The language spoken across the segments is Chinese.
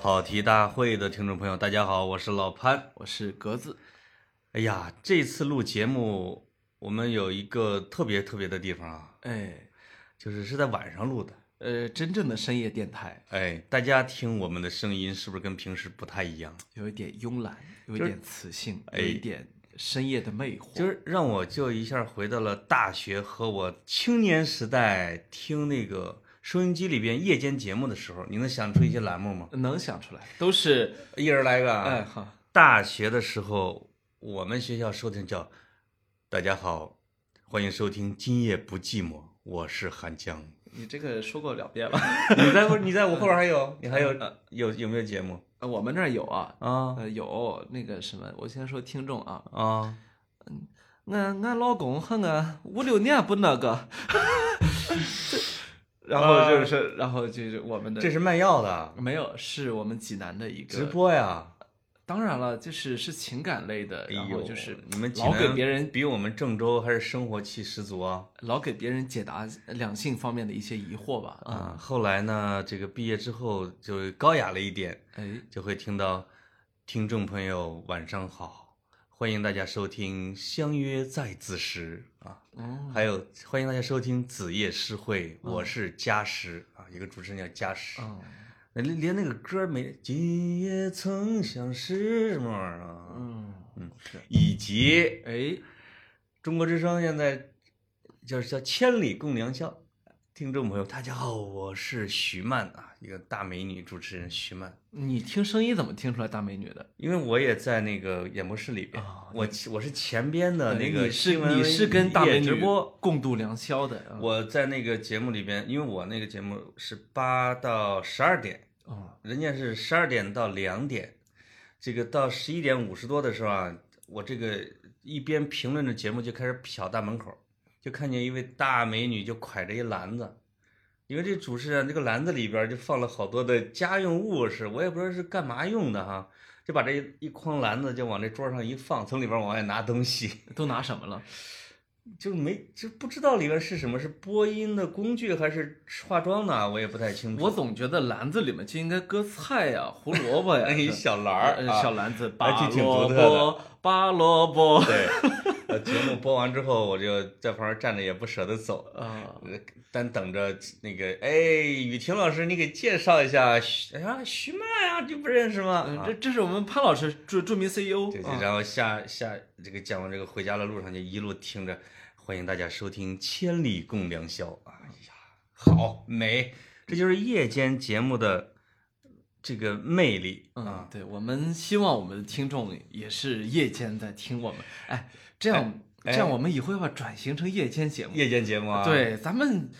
跑题大会的听众朋友，大家好，我是老潘。我是格子，哎呀，这次录节目，我们有一个特别特别的地方啊，哎，就是是在晚上录的。呃，真正的深夜电台，哎，大家听我们的声音是不是跟平时不太一样？有一点慵懒，有一就是点磁性，哎有一点深夜的魅惑，就是让我就一下回到了大学和我青年时代听那个收音机里边夜间节目的时候，你能想出一些栏目吗？能想出来，都是，一人来一个啊。哎哈，大学的时候，我们学校收听叫“大家好，欢迎收听今夜不寂寞”，我是韩江。你这个说过两遍了。 你在我你在我后边还 有你还有呃有有没有节目呃我们这儿有啊，啊呃，有那个什么，我先说听众啊，啊？我俺老公和俺五六年不那个， 这然后就是，然后就是我们的啊这是卖药的没有，是我们济南的一个直播呀。当然了，就是是情感类的，哎然呦，后就是你们济老给南别人比我们郑州还是生活气十足啊老给别人解答两性方面的一些疑惑吧。啊，啊！后来呢，这个毕业之后就高雅了一点，哎，就会听到听众朋友晚上好，欢迎大家收听《相约在子时》啊，哦，还有欢迎大家收听《子夜诗会》，我是嘉实啊，一个主持人叫嘉实，嗯连连那个歌没，今夜曾相识什么玩意儿啊，嗯嗯，是，以及哎，中国之声现在叫叫千里共良宵。听众朋友，大家好，我是徐曼啊，一个大美女主持人徐曼。你听声音怎么听出来大美女的？因为我也在那个演播室里边，啊我我是前边的呃那哎个你是新闻你是跟大夜美女直播，共度良宵的。啊，我在那个节目里边，因为我那个节目是八到十二点，嗯，人家是十二点到两点，这个到十一点五十多的时候啊，我这个一边评论着节目就开始瞟大门口，就看见一位大美女就挎着一篮子。因为这主持人这个篮子里边就放了好多的家用物事，我也不知道是干嘛用的哈，就把这一一筐篮子就往这桌上一放，从里边往外拿东西， 都拿什么了？就没就不知道里边是什么，是播音的工具还是化妆的啊，我也不太清楚。我总觉得篮子里面就应该搁菜呀、胡萝卜呀、 哎一是小篮儿、呃啊小篮子，还拔挺萝独特的卜，拔萝卜。 对，呃，节目播完之后，我就在旁边站着也不舍得走，啊，呃单等着那个，哎，雨婷老师，你给介绍一下徐啊徐曼啊，这不认识吗？嗯啊这这是我们潘老师著著名 CEO 对，啊然后下下这个讲完这个回家的路上就一路听着，欢迎大家收听《千里共良宵》。哎呀，好美，这就是夜间节目的这个魅力嗯啊，！对，我们希望我们的听众也是夜间在听我们。哎，这样、哎这样，我们以后要不要转型成夜间节目？夜间节目啊，，对，咱们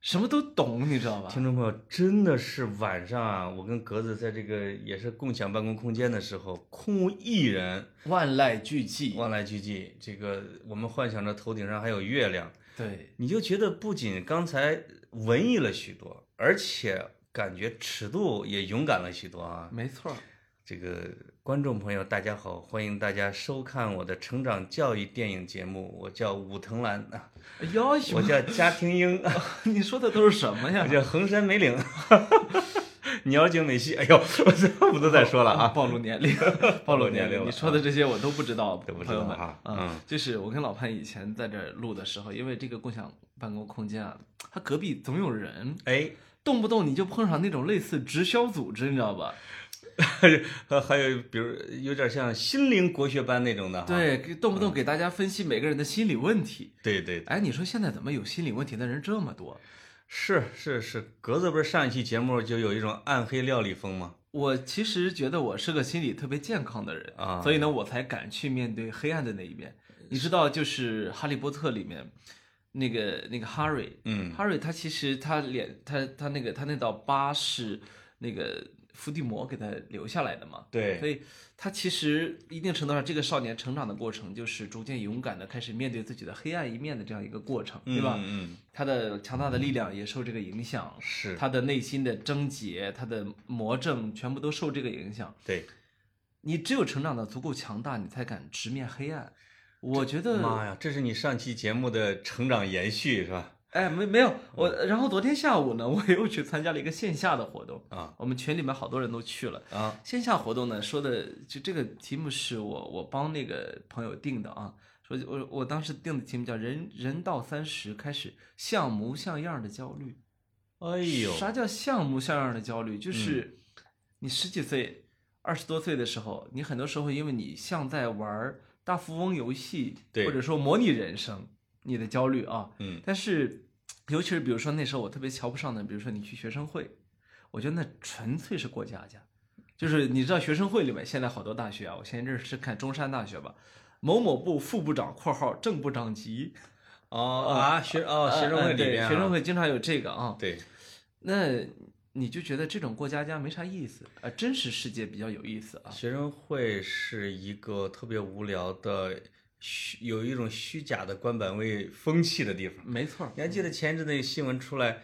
什么都懂，你知道吧？听众朋友真的是晚上啊，我跟格子在这个也是共享办公空间的时候，空无一人，万籁俱寂。万籁俱寂。这个我们幻想着头顶上还有月亮，对，你就觉得不仅刚才文艺了许多，而且感觉尺度也勇敢了许多啊！没错儿。这个观众朋友，大家好，欢迎大家收看我的成长教育电影节目，我叫武藤兰啊，哎呦，什我么叫家庭英，你说的都是什么呀我？叫横山美岭， 鸟井美希，哎呦，我这不都在说了啊？暴露年龄，暴暴露年露年龄了龄。你说的这些我都不知道，都不知朋道友们啊嗯嗯，就是我跟老潘以前在这儿录的时候，因为这个共享办公空间啊，它隔壁总有人，哎，动不动你就碰上那种类似直销组织，你知道吧？呃还还有比如有点像心灵国学班那种的哈，对，给动嗯不动给大家分析每个人的心理问题。对对哎，你说现在怎么有心理问题的人这么多？是是是，格子不是上一期节目就有一种暗黑料理风吗？我其实觉得我是个心理特别健康的人啊嗯所以呢，我才敢去面对黑暗的那一面。你知道，就是《哈利波特》里面那个那个哈瑞，嗯哈瑞他其实他脸他他那个他那道疤是那个伏地魔给他留下来的嘛，对所以他其实一定程度上，这个少年成长的过程就是逐渐勇敢的开始面对自己的黑暗一面的这样一个过程，对吧？嗯，嗯他的强大的力量也受这个影响，是，他的内心的症结、他的魔症全部都受这个影响。对，你只有成长的足够强大，你才敢直面黑暗。我觉得妈呀，这是你上期节目的成长延续是吧？哎，没没有我，然后昨天下午呢，我 又去参加了一个线下的活动啊，我们群里面好多人都去了。啊线下活动呢，说的就这个题目是我我帮那个朋友定的啊，说我我当时定的题目叫人“人到三十开始像模像样的焦虑”。哎呦，嗯啥叫像模像样的焦虑？就是你十几岁、二十多岁的时候，你很多时候因为你像在玩儿大富翁游戏，对或者说模拟人生，你的焦虑啊。嗯但是，尤其是比如说那时候我特别瞧不上的，比如说你去学生会，我觉得那纯粹是过家家。就是你知道学生会里面现在好多大学啊，我前一阵儿是看中山大学吧，某某部副部长（括号正部长级哦啊学哦学生呃会里对边啊学生会经常有这个啊。对那你就觉得这种过家家没啥意思啊，真实世界比较有意思啊。学生会是一个特别无聊的虚，有一种虚假的官版位风气的地方。没错儿，你还记得前一阵那新闻出来，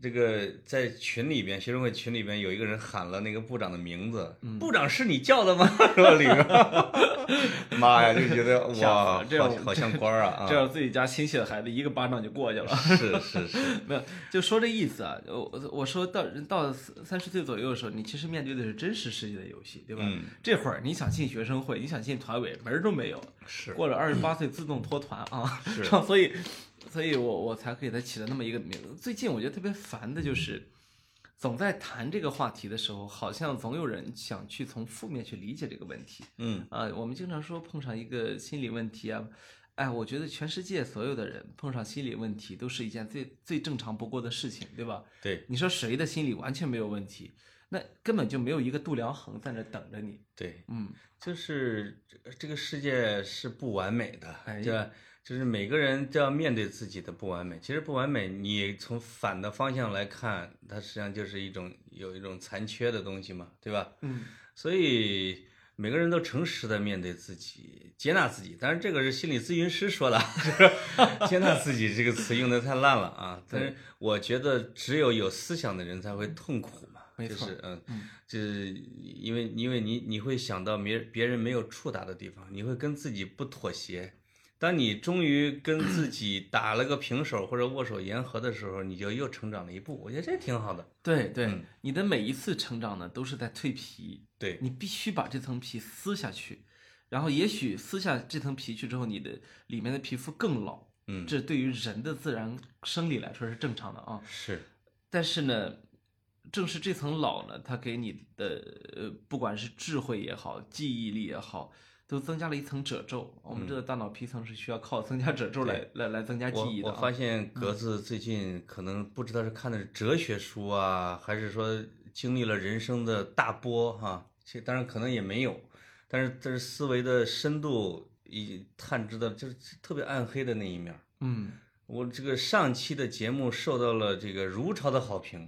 这个在群里边，学生会群里边有一个人喊了那个部长的名字，嗯部长是你叫的吗？是吧？里面， 妈呀，就觉得吓死了哇，这好样好像官儿啊这要自己家亲戚的孩子一个巴掌就过去了。 啊！是是是，没有，就说这意思啊。我我我说到到三十岁左右的时候，你其实面对的是真实世界的游戏，对吧？嗯这会儿你想进学生会，你想进团委，门儿都没有。是过了二十 八岁自动脱团啊， 是所以，所以我我才给他起了那么一个名字。最近我觉得特别烦的嗯就是，总在谈这个话题的时候，好像总有人想去从负面去理解这个问题。嗯啊，我们经常说碰上一个心理问题啊，哎，我觉得全世界所有的人碰上心理问题都是一件最最正常不过的事情，对吧？对你说谁的心理完全没有问题？那根本就没有一个度量衡在那等着你。对，嗯，就是这个这个世界是不完美的，哎对吧？就是每个人都要面对自己的不完美。其实不完美，你从反的方向来看，它实际上就是一种有一种残缺的东西嘛，对吧？嗯，所以每个人都诚实的面对自己，接纳自己。当然，这个是心理咨询师说 的，就是接纳自己这个词用的太烂了啊。但是我觉得只有有思想的人才会痛苦嘛，没就错是嗯嗯，就是因为因为你你会想到别别人没有触达的地方，你会跟自己不妥协。当你终于跟自己打了个平手或者握手言和的时候，你就又成长了一步，我觉得这挺好的。对对，嗯你的每一次成长呢，都是在蜕皮，对，你必须把这层皮撕下去，然后也许撕下这层皮去之后，你的里面的皮肤更老，嗯，这对于人的自然生理来说是正常的啊。是但是呢，正是这层老呢，它给你的呃，不管是智慧也好，记忆力也好，都增加了一层褶皱。我们知道大脑皮层是需要靠增加褶皱来来来增加嗯记我忆的我啊发。现格子最近可能不知道是看的是哲学书啊，还是说经历了人生的大波哈、其实当然可能也没有，但是这是思维的深度已探知的，就是特别暗黑的那一面儿。嗯，我这个上期的节目受到了这个如潮的好评，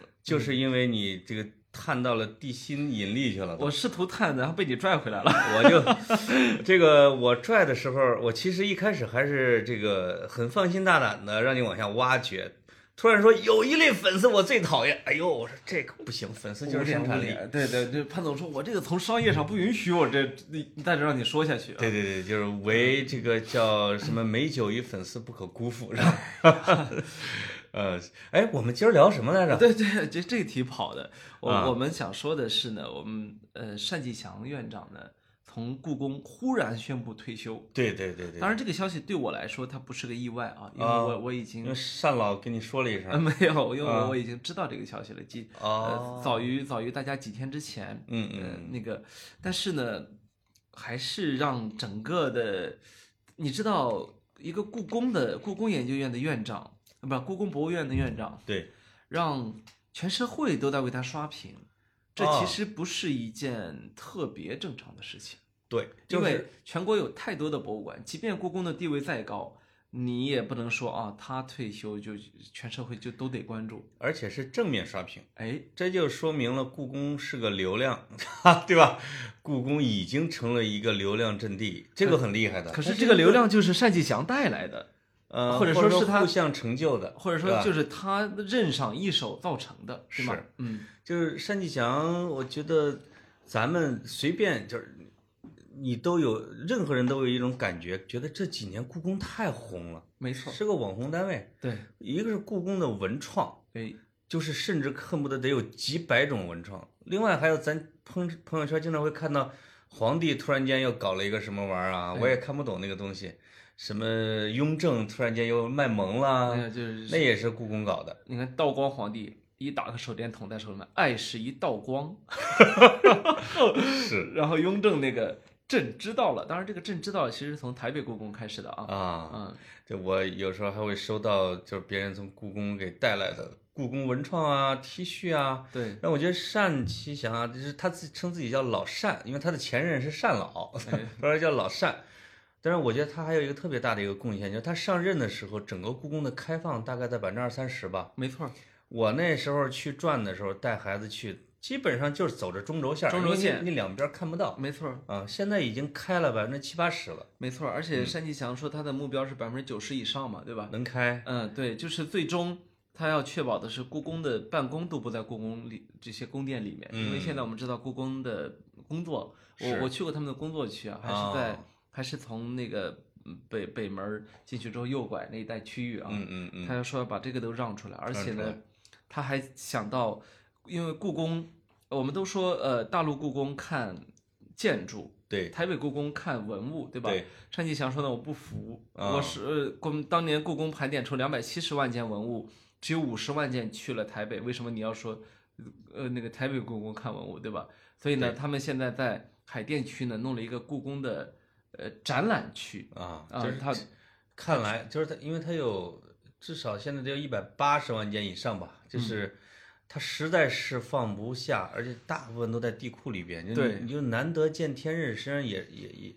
嗯就是因为你这个探到了地心引力去了。我试图探，然后被你拽回来了。 我就这个我拽的时候，我其实一开始还是这个很放心大胆的让你往下挖掘。突然说有一类粉丝我最讨厌，哎呦，我说这个不行，粉丝就是生产力。。对对，这潘总说，我这个从商业上不允许我这，你你再让你说下去、啊。对对对，就是唯这个叫什么美酒与粉丝不可辜负，是吧？ 呃，哎，我们今儿聊什么来着？啊对对，这这题跑的。我、啊我们想说的是呢，我们呃单霁翔院长呢，从故宫忽然宣布退休。对对对对，当然，这个消息对我来说它不是个意外啊，因为啊我我已因经为单老跟你说了一呃声，没有，因为啊我我已经知道这个消息了，几哦呃，早于早于大家几天之前，嗯呃嗯，那个，但是呢，还是让整个的，你知道一个故宫的故宫研究院的院长，呃不，故宫博物院的院长，对，让全社会都在为他刷屏，这哦其实不是一件特别正常的事情，对，就因是为全国有太多的博物馆，即便故宫的地位再高，你也不能说啊，他退休就全社会就都得关注。而且是正面刷屏。哎，这就说明了故宫是个流量， 对吧？故宫已经成了一个流量阵地，这个很厉害的。可是这个流，量就是单霁翔带来的，呃，或者说说是它互相成就的，或者对说吧就是他任赏一手造成的，对吗是？嗯，就是单霁翔，我觉得咱们随便就是你都有任何人都有一种感觉，觉得这几年故宫太红了，没错，是个网红单位。对一个是故宫的文创，对就是甚至恨不得得有几百种文创。另外还有咱朋朋友圈经常会看到皇帝突然间又搞了一个什么玩意儿啊，哎我也看不懂那个东西。什么雍正突然间又卖萌啦哎，呀，就是嗯那也是故宫搞的。你看道光皇帝一打个手电筒在手里面，爱是一道光。 是然后雍正那个朕知道了，当然这个朕知道了，其实是从台北故宫开始的啊。啊，嗯，对我有时候还会收到，就是别人从故宫给带来的故宫文创啊、T 恤啊。 对，让我觉得单霁翔啊，就是他自己称自己叫老单，因为他的前任是单老，哎后来叫老单。但是我觉得他还有一个特别大的一个贡献，就是他上任的时候，整个故宫的开放大概在百分之二三十吧。没错，我那时候去转的时候，带孩子去，基本上就是走着中轴线儿，中因轴为你线你两边看不到没错，啊。现在已经开了百分之七八十了，没错。而嗯且单霁翔说他的目标是百分之九十以上嘛，对吧？能开。嗯，对，就是最终他要确保的是故宫的办公都不在故宫里这些宫殿里面，因为嗯现在我们知道故宫的工作，是哦我我去过他们的工作区啊，还是在、还是从那个嗯北北门儿进去之后右拐那一带区域啊，嗯嗯嗯，他要说要把这个都让出来，而且让呢出来，他还想到，因为故宫，我们都说呃大陆故宫看建筑，对台北故宫看文物，对吧？对，单霁翔说呢，我不服，啊我是呃故当年故宫盘点出两百七十万件文物，只有五十万件去了台北，为什么你要说，呃那个台北故宫看文物，对吧？所以呢，对他们现在在海淀区呢弄了一个故宫的呃展览区，啊，啊就是他看来就是他，因为他有至少现在得有一百八十万件以上吧，嗯就是他实在是放不下，而且大部分都在地库里边，就对你就难得见天日，实际上也也也，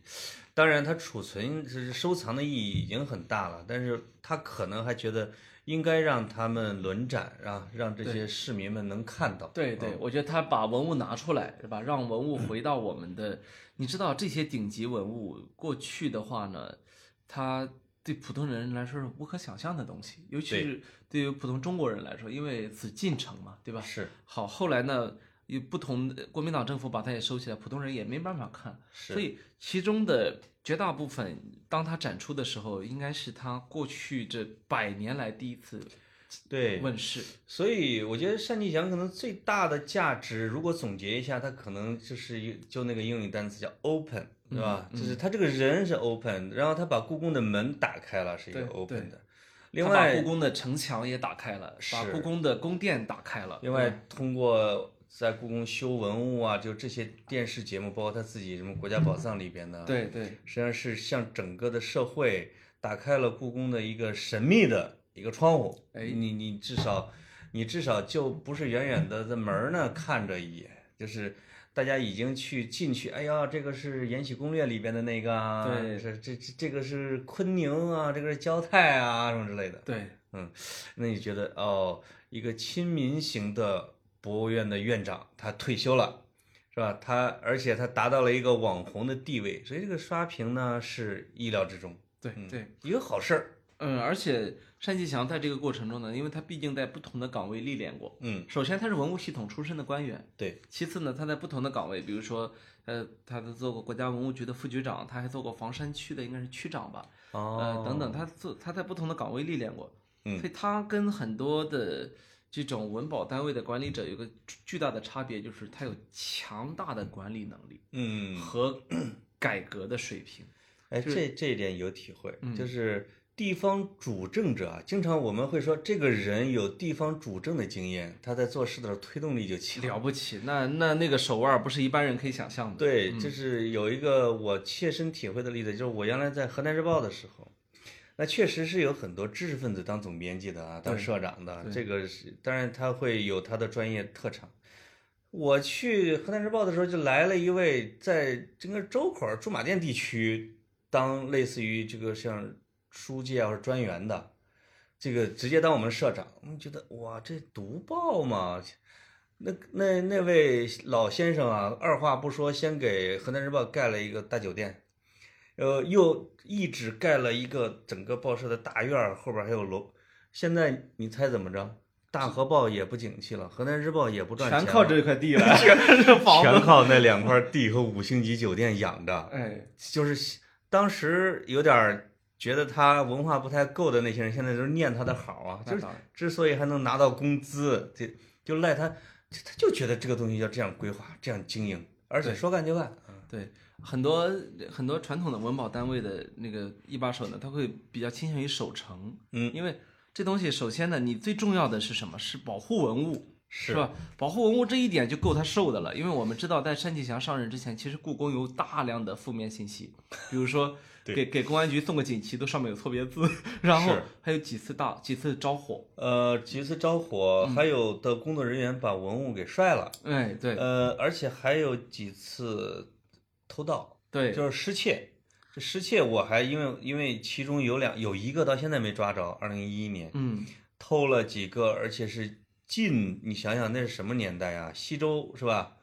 当然它储存就是收藏的意义已经很大了，但是他可能还觉得应该让他们轮展，让让这些市民们能看到，对对，我觉得他把文物拿出来，是吧？让文物回到我们的，你知道这些顶级文物过去的话呢，它对普通人来说是无可想象的东西，尤其对是对于普通中国人来说，因为紫禁城嘛，对吧？是好，后来呢，有不同的国民党政府把它也收起来，普通人也没办法看，是，所以其中的绝大部分，当它展出的时候，应该是它过去这百年来第一次对问世。所以我觉得单霁翔可能最大的价值，如果总结一下，他可能就是一就那个英语单词叫 open，对吧？嗯就是他这个人是 open，然后他把故宫的门打开了，是一个对 open 的。另他把外故，宫的城墙也打开了，把是故宫的宫殿打开了。另外通过在故宫修文物啊，就这些电视节目，包括他自己什么国家宝藏里边的，，对，对对，实际上是向整个的社会打开了故宫的一个神秘的一个窗户。哎你你至少你至少就不是远远的在门儿那看着一眼，就是大家已经去进去，哎呀，这个是《延禧攻略》里边的那个啊，对是这这这个是昆宁啊，这个是交泰啊什么之类的。对那你觉得哦，一个亲民型的博物院的院长，他退休了，是吧？他而且他达到了一个网红的地位，所以这个刷屏呢是意料之中，对嗯对，一个好事儿。嗯，而且单霁翔在这个过程中呢，因为他毕竟在不同的岗位历练过。嗯，首先，他是文物系统出身的官员，对，其次呢，他在不同的岗位，比如说，呃，他做过国家文物局的副局长，他还做过房山区的应该是区长吧，哦呃，，等等，，他做他在不同的岗位历练过，嗯所以他跟很多的这种文保单位的管理者有个巨巨大的差别，就是他有强大的管理能力 嗯，和 改革的水平。哎，就是嗯这这一点有体会，就是地方主政者啊，经常我们会说这个人有地方主政的经验，他在做事的时候推动力就强，了不起，那那那个手腕不是一般人可以想象的。对，就是有一个我切身体会的例子，就是我原来在河南日报的时候，那确实是有很多知识分子当总编辑的啊，当社长的，这个是当然他会有他的专业特长。我去河南日报的时候，就来了一位在整个周口驻马店地区当类似于这个像书记啊或者专员的，这个直接当我们社长，我们觉得哇，这读报嘛，那那那位老先生啊，二话不说，先给河南日报盖了一个大酒店，呃，又一纸盖了一个整个报社的大院儿，后边还有楼。现在你猜怎么着？大河报也不景气了，河南日报也不赚钱全了，靠这块地了，全是房全子。靠那两块地和五星级酒店养着。哎， 就是当时有点儿觉得他文化不太够的那些人，现在都念他的好啊，那就是当然之所以还能拿到工资，这就赖他，他就觉得这个东西要这样规划，这样经营，而且对说干就干。对很多很多传统的文保单位的那个一把手呢，他会比较倾向于守成，嗯，因为这东西首先呢，你最重要的是什么？是保护文物。是吧？保护文物这一点就够他受的了，因为我们知道，在单霁翔上任之前，其实故宫有大量的负面信息，比如说 对给给公安局送个锦旗都上面有错别字， 然后是还有几次大几次着火，呃，几次着火，还有的工作人员把文物给摔了，哎，对呃，而且还有几次偷盗，对，就是失窃。这失窃我还因为因为其中有两有一个到现在没抓着，二零一一年，嗯，偷了几个，而且是晋，你想想那是什么年代啊？西周是吧？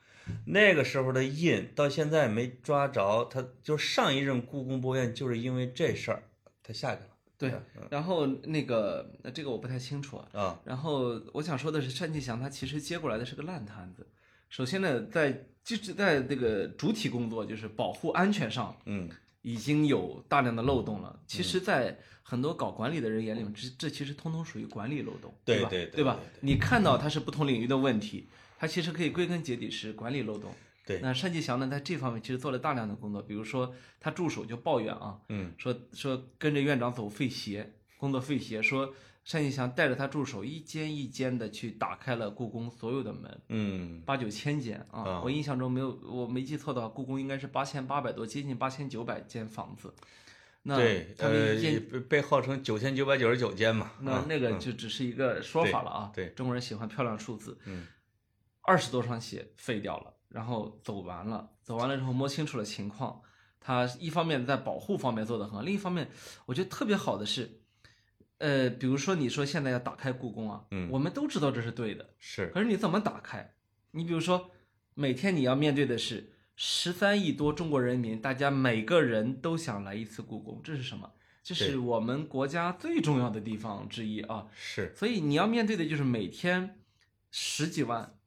那个时候的印到现在没抓着，他就上一任故宫博物院就是因为这事儿他下去了。对嗯，然后那个呃这个我不太清楚啊。啊，然后我想说的是，单霁翔他其实接过来的是个烂摊子。首先呢，在就是在这个主体工作，就是保护安全上，嗯，已经有大量的漏洞了。其实，在很多搞管理的人眼里，这这其实通通属于管理漏洞，对吧？对对对吧对对？你看到它是不同领域的问题，它其实可以归根结底是管理漏洞。对那单霁翔呢，在这方面其实做了大量的工作，比如说他助手就抱怨啊，嗯，说说跟着院长走费鞋，工作费鞋，说单霁翔带着他助手一间一间的去打开了故宫所有的门，嗯，八九千间啊，啊我印象中没有，我没记错的话，故宫应该是八千八百多，接近八千九百间房子。那对，啊他呃们一间，，被被号称九千九百九十九间嘛，那啊那个就只是一个说法了啊。对对中国人喜欢漂亮数字。嗯，二十多双鞋废掉了，然后走完了，走完了之后摸清楚了情况。他一方面在保护方面做得很好，另一方面我觉得特别好的是，呃，比如说你说现在要打开故宫啊，嗯我们都知道这是对的，是可是你怎么打开？你比如说，每天你要面对的是十三亿多中国人民，大家每个人都想来一次故宫，这是什么？这对是我们国家最重要的地方之一啊！是，所以你要面对的就是每天十几万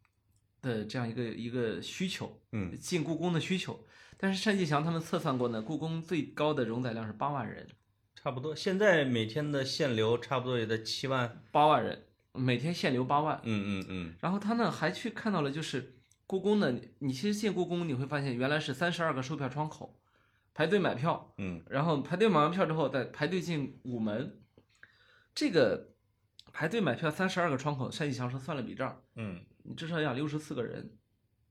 的这样一个一个需求，嗯，进故宫的需求。但是单霁翔他们测算过呢，故宫最高的容载量是八万人，差不多。现在每天的限流差不多也在七万，八万人每天限流八万，嗯嗯嗯，然后他呢还去看到了，就是故宫呢，你你其实进故宫你会发现，原来是三十二个售票窗口，排队买票，嗯，然后排队买完票之后再排队进午门，这个排队买票三十二个窗口，单霁翔说算了笔账，嗯，你至少要六十四个人，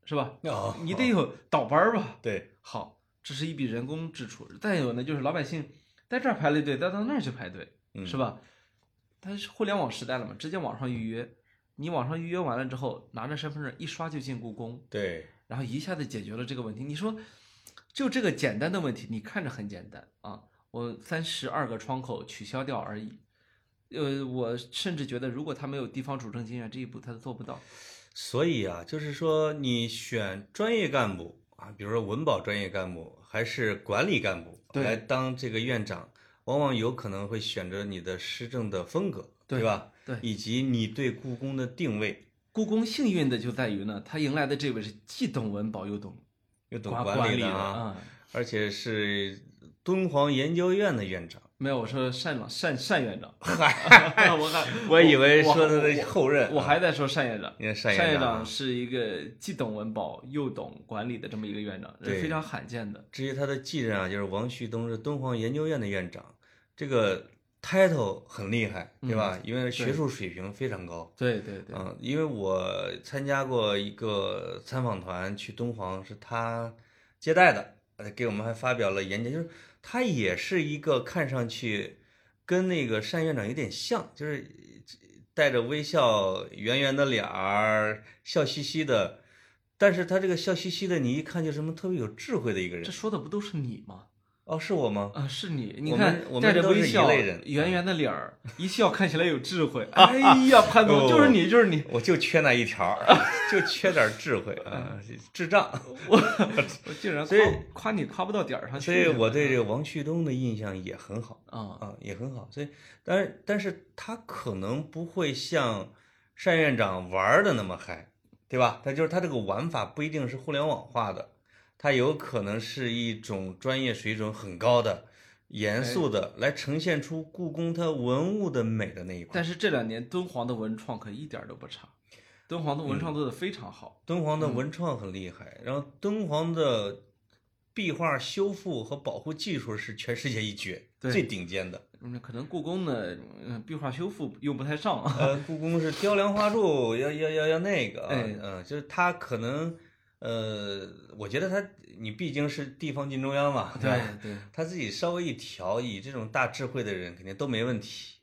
是吧？哦你得有倒班儿吧？对，好，这是一笔人工支出。再有呢，就是老百姓在这儿排了队，再到那儿去排队，嗯是吧？但是互联网时代了嘛，直接网上预约，你网上预约完了之后，拿着身份证一刷就进故宫，对，然后一下子解决了这个问题。你说，就这个简单的问题，你看着很简单啊，我三十二个窗口取消掉而已。呃，我甚至觉得，如果他没有地方主政经验，这一步他都做不到。所以啊，就是说你选专业干部啊，比如说文保专业干部还是管理干部对来当这个院长，往往有可能会选择你的施政的风格，对吧？对以及你对故宫的定位，故宫幸运的就在于呢，他迎来的这位是既懂文保又懂又懂管管理的啊，啊。嗯而且是敦煌研究院的院长。没有，我说单老单单院长， 我还我以为我说他的后任啊我还在说单院长，你看单院长啊院长是一个既懂文保又懂管理的这么一个院长，对是非常罕见的。至于他的继任啊，就是王旭东是敦煌研究院的院长，这个 title 很厉害，对吧？因为学术水平非常高。对对嗯对，嗯，因为我参加过一个参访团去敦煌，是他接待的，呃给我们还发表了演讲，就是他也是一个看上去跟那个单院长有点像，就是带着微笑、圆圆的脸儿、笑嘻嘻的，但是他这个笑嘻嘻的，你一看就是什么特别有智慧的一个人这。说的不都是你吗？哦，是我吗？啊，是你，你我看们我们带着都是微笑，一类人嗯圆圆的脸儿，一笑看起来有 智慧。哎呀，潘哦总，就是你，就是你。我就缺那一条儿，就缺点智慧啊，智障。嗯我我竟然所夸以夸你夸不到点儿上去。嗯所以我对这个王旭东的印象也很好啊，啊，也很好。所以，但是但是他可能不会像单院长玩的那么嗨，对吧？他就是他这个玩法不一定是互联网化的，它有可能是一种专业水准很高的、严哎肃的，来呈现出故宫它文物的美的那一块。但是这两年敦煌的文创可一点儿都不差，敦煌的文嗯创做得非常好。敦煌的嗯文创很厉害，然后敦煌的壁画修复和保护技术是全世界一绝，对最顶尖 的。嗯，可能故宫呢，嗯，壁画修复用不太上啊。呃，故宫是雕梁画柱，要要要要那个啊，哎嗯、就是它可能，呃，我觉得它你毕竟是地方进中央嘛， 对吧？对，他自己稍微一调，以这种大智慧的人肯定都没问题。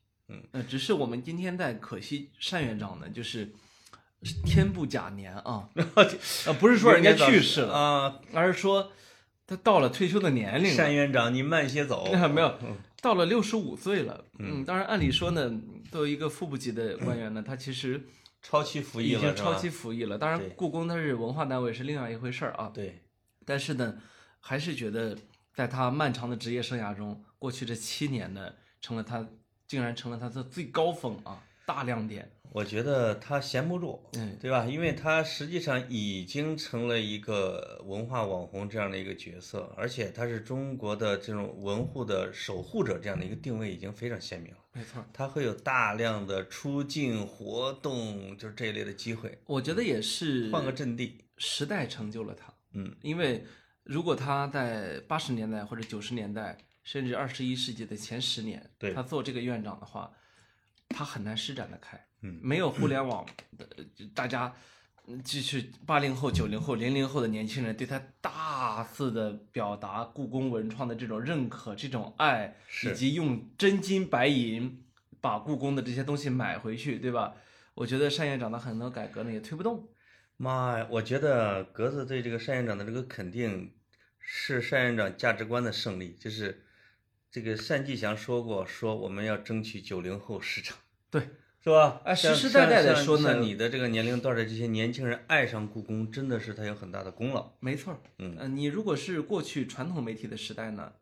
呃，只是我们今天在可惜单院长呢，就是天不假年 啊，呃，不是说人家去世了，啊，而是说他到了退休的年龄了单院长，你慢些 走。没有，嗯到了六十五岁了。嗯，当然按理说呢，作为一个副部级的官员呢，他其实超期服役已了，经是吧超期服役了。当然对，故宫它是文化单位是另外一回事儿啊。对，但是呢，还是觉得在他漫长的职业生涯中，过去这七年呢，成了他竟然成了他的最高峰啊，大亮点。我觉得他闲不住，嗯，对吧？因为他实际上已经成了一个文化网红这样的一个角色，而且他是中国的这种文物的守护者这样的一个定位已经非常鲜明了。没错，他会有大量的出境活动，就是这一类的机会，我觉得也是换个阵地。时代成就了他。嗯，因为如果他在八十年代或者九十年代，甚至二十一世纪的前十年，对他做这个院长的话，他很难施展得开。嗯没有互联网，呃大家嗯继续八零后、九零后、零零后的年轻人对他大肆的表达故宫文创的这种认可、这种爱，是以及用真金白银把故宫的这些东西买回去，对吧？我觉得单院长的很多改革呢也推不动。妈呀！我觉得格子对这个单院长的这个肯定，是单院长价值观的胜利。就是这个单霁翔说过，说我们要争取九零后市场，对，是吧？哎像实实在在地像说呢像你的这个年龄段的这些年轻人爱上故宫，真的是他有很大的功劳。没错儿，嗯呃，你如果是过去传统媒体的时代呢，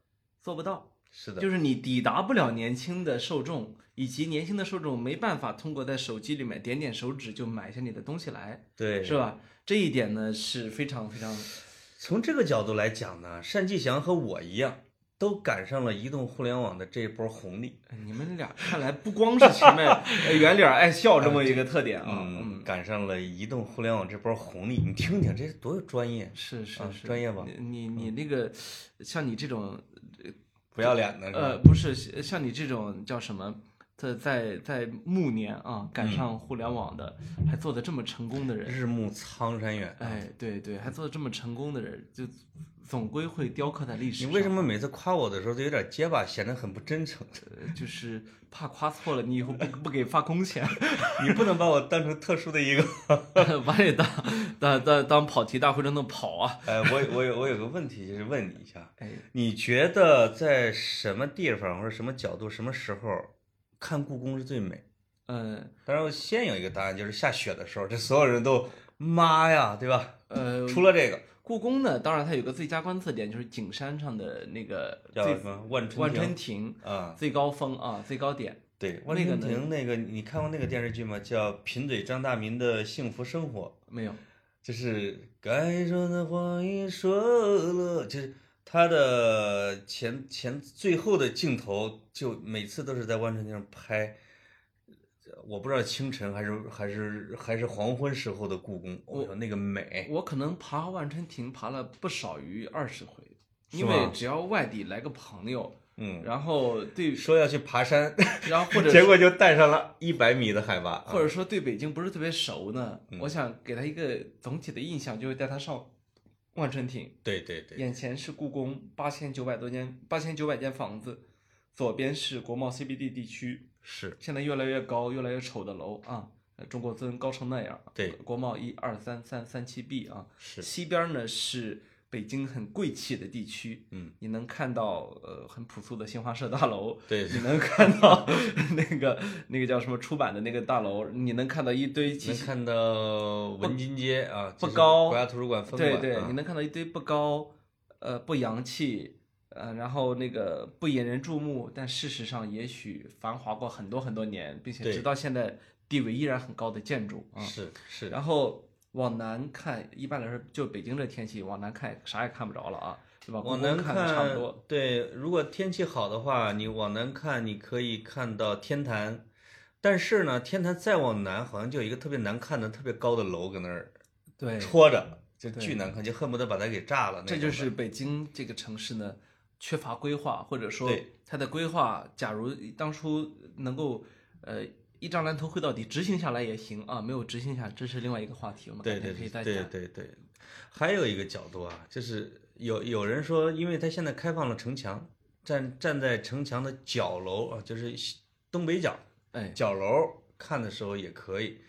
做不到，是的，就是你抵达不了年轻的受众，以及年轻的受众没办法通过在手机里面点点手指就买下你的东西来，对，是吧？这一点呢是非常非常，从这个角度来讲呢，单霁翔和我一样，都赶上了移动互联网的这一波红利。呃你们俩看来不光是 前面呃圆脸儿爱笑这么一个特点啊，嗯，赶上了移动互联网这波红利，你听听这多有专业，是是啊是，专业吧嗯你你你那个像你这种不要脸的是吧？呃，不是像你这种叫什么，在在在暮年啊嗯赶上互联网的，还做的这么成功的人，日暮苍山远。哎，对对，还做的这么成功的人，就总归会雕刻在历史你上。为什么每次夸我的时候都有点结巴，显得很不真诚？ 呃？就是怕夸错了，你以后不不给发工 钱，你不能把我当成特殊的一个。 把你当当当当跑题大会中的跑啊！哎，我有我有我有个问题，就是问你一下，哎，你觉得在什么地方或者什么角度、什么时候看故宫是最美？嗯当然，我先有一个答案，就是下雪的时候，这所有人都妈呀，对吧？呃，除了这个故宫呢，当然它有个最佳观测点，就是景山上的那个叫最什么万春万亭春亭啊，最高峰啊，最高点。对，万那个春呢亭那个，你看过那个电视剧吗？叫《贫嘴张大民的幸福生活》。没有，就是该说的话也说了，就是他的前前最后的镜头，就每次都是在万春亭上拍，我不知道清晨还是还是还是黄昏时候的故宫，我说那个美，我可能爬万春亭爬了不少于二十回，是因吗为只要外地来个朋友，嗯，然后对，说要去爬山，然后或者结果就带上了一百米的海拔，啊或者说对北京不是特别熟呢，嗯我想给他一个总体的印象，就会带他上万春亭。对对对，眼前是故宫八千九百多间八千九百间房子，左边是国贸 CBD 地区，是现在越来越高、越来越丑的楼啊，呃中国尊高成那样，对国贸一二三三三七 B 啊，是，西边呢是北京很贵气的地区，嗯，你能看到呃很朴素的新华社大楼，对你能看到 那个那个叫什么出版的那个大楼，你能看到一堆奇能奇看到文津街啊，不就是高嗯国家图书馆分馆，对对，啊你能看到一堆不高，呃不洋气，呃，然后那个不引人注目，但事实上也许繁华过很多很多年，并且对直到现在地位依然很高的建筑啊。是是，然后往南看，一般来说就北京这天气，往南看啥也看不着了啊，对吧？往故宫南看的差不多。对，如果天气好的话，你往南看，你可以看到天坛。但是呢，天坛再往南，好像就有一个特别难看的、特别高的楼搁那儿对，戳着，就对巨难看，就恨不得把它给炸了。那这种就的是北京这个城市呢缺乏规划，或者说对它的规划，假如当初能够呃一张蓝图绘到底，执行下来也行啊，没有执行下来，这是另外一个话题，我们对改对天可以对再对讲。对对，还有一个角度啊，就是有有人说，因为他现在开放了城墙，站站在城墙的角楼啊，就是西东北角哎，角楼看的时候也可以。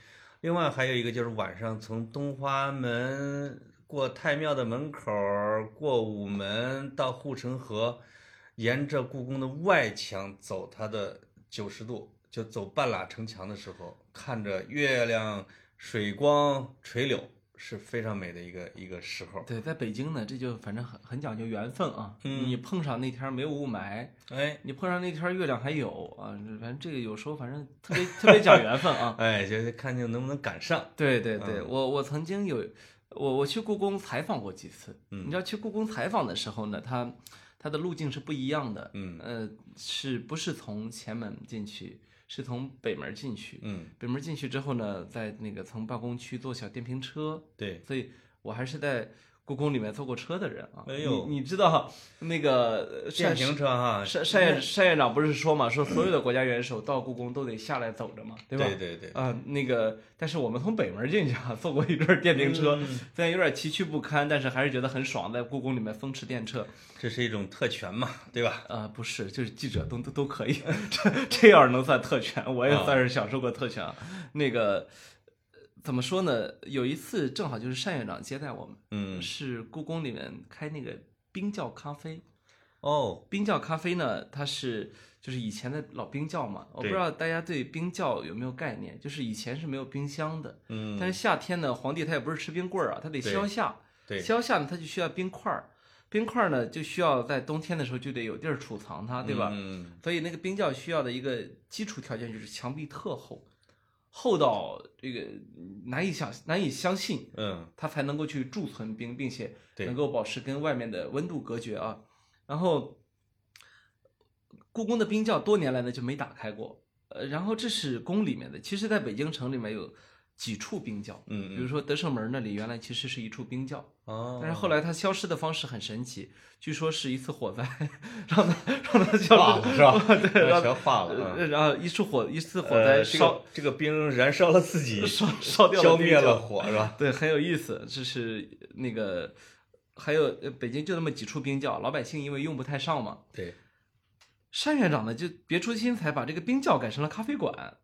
另外还有一个就是晚上从东华门过太庙的门口儿，过午门到护城河，沿着故宫的外墙走它的九十度，就走半拉城墙的时候，看着月亮、水光垂柳，是非常美的一个一个时候。对，在北京呢，这就反正很很讲究缘分啊。嗯你碰上那天儿没有雾霾，哎你碰上那天儿月亮还有啊，反正这个有时候反正特别特别讲缘分啊。哎，就是看见能不能赶上。对对对，嗯我我曾经有我我去故宫采访过几次，嗯你知道去故宫采访的时候呢，它它的路径是不一样的，嗯呃，是不是从前门进去，是从北门进去？嗯，北门进去之后呢，在那个从办公区坐小电瓶车，对，所以我还是在故宫里面坐过车的人啊。哎呦啊你你知道那个呃电单瓶车哈，单单院单院长不是说嘛，说所有的国家元首到故宫都得下来走着嘛，对吧？对对对，啊、那个，但是我们从北门进去啊，坐过一段电瓶车，虽然有点崎岖不堪，但是还是觉得很爽，在故宫里面风驰电掣。这是一种特权嘛，对吧？呃，不是，就是记者都都都可以，这这要是能算特权，我也啊算是享受过特权啊。那个呃怎么说呢？有一次正好就是单院长接待我们，嗯，是故宫里面开那个冰窖咖啡。哦，冰窖咖啡呢，它是就是以前的老冰窖嘛，我不对知道大家对冰窖有没有概念，就是以前是没有冰箱的。嗯，但是夏天呢，皇帝他也不是吃冰棍儿啊，他得消夏。对消夏呢，他就需要冰块儿，冰块儿呢就需要在冬天的时候就得有地儿储藏它，对吧？嗯，所以那个冰窖需要的一个基础条件就是墙壁特厚，厚到这个难以想难以相信，嗯，它才能够去贮存冰，并且对能够保持跟外面的温度隔绝啊。然后，故宫的冰窖多年来呢就没打开过。呃，然后这是宫里面的，其实在北京城里面有几处冰窖，嗯比如说德胜门那里原来其实是一处冰窖，哦，但是后来它消失的方式很神奇，据说是一次火灾 让它让它消 失是吧对，让全化了。呃嗯然后一处火一 次火呃，灾这烧个这个冰燃烧了自己，烧 烧掉消冰灭窖了火，是吧？对，很有意思。这是那个，还有呃北京就那么几处冰窖，老百姓因为用不太上嘛，对，单院长呢就别出心裁，把这个冰窖改成了咖啡馆。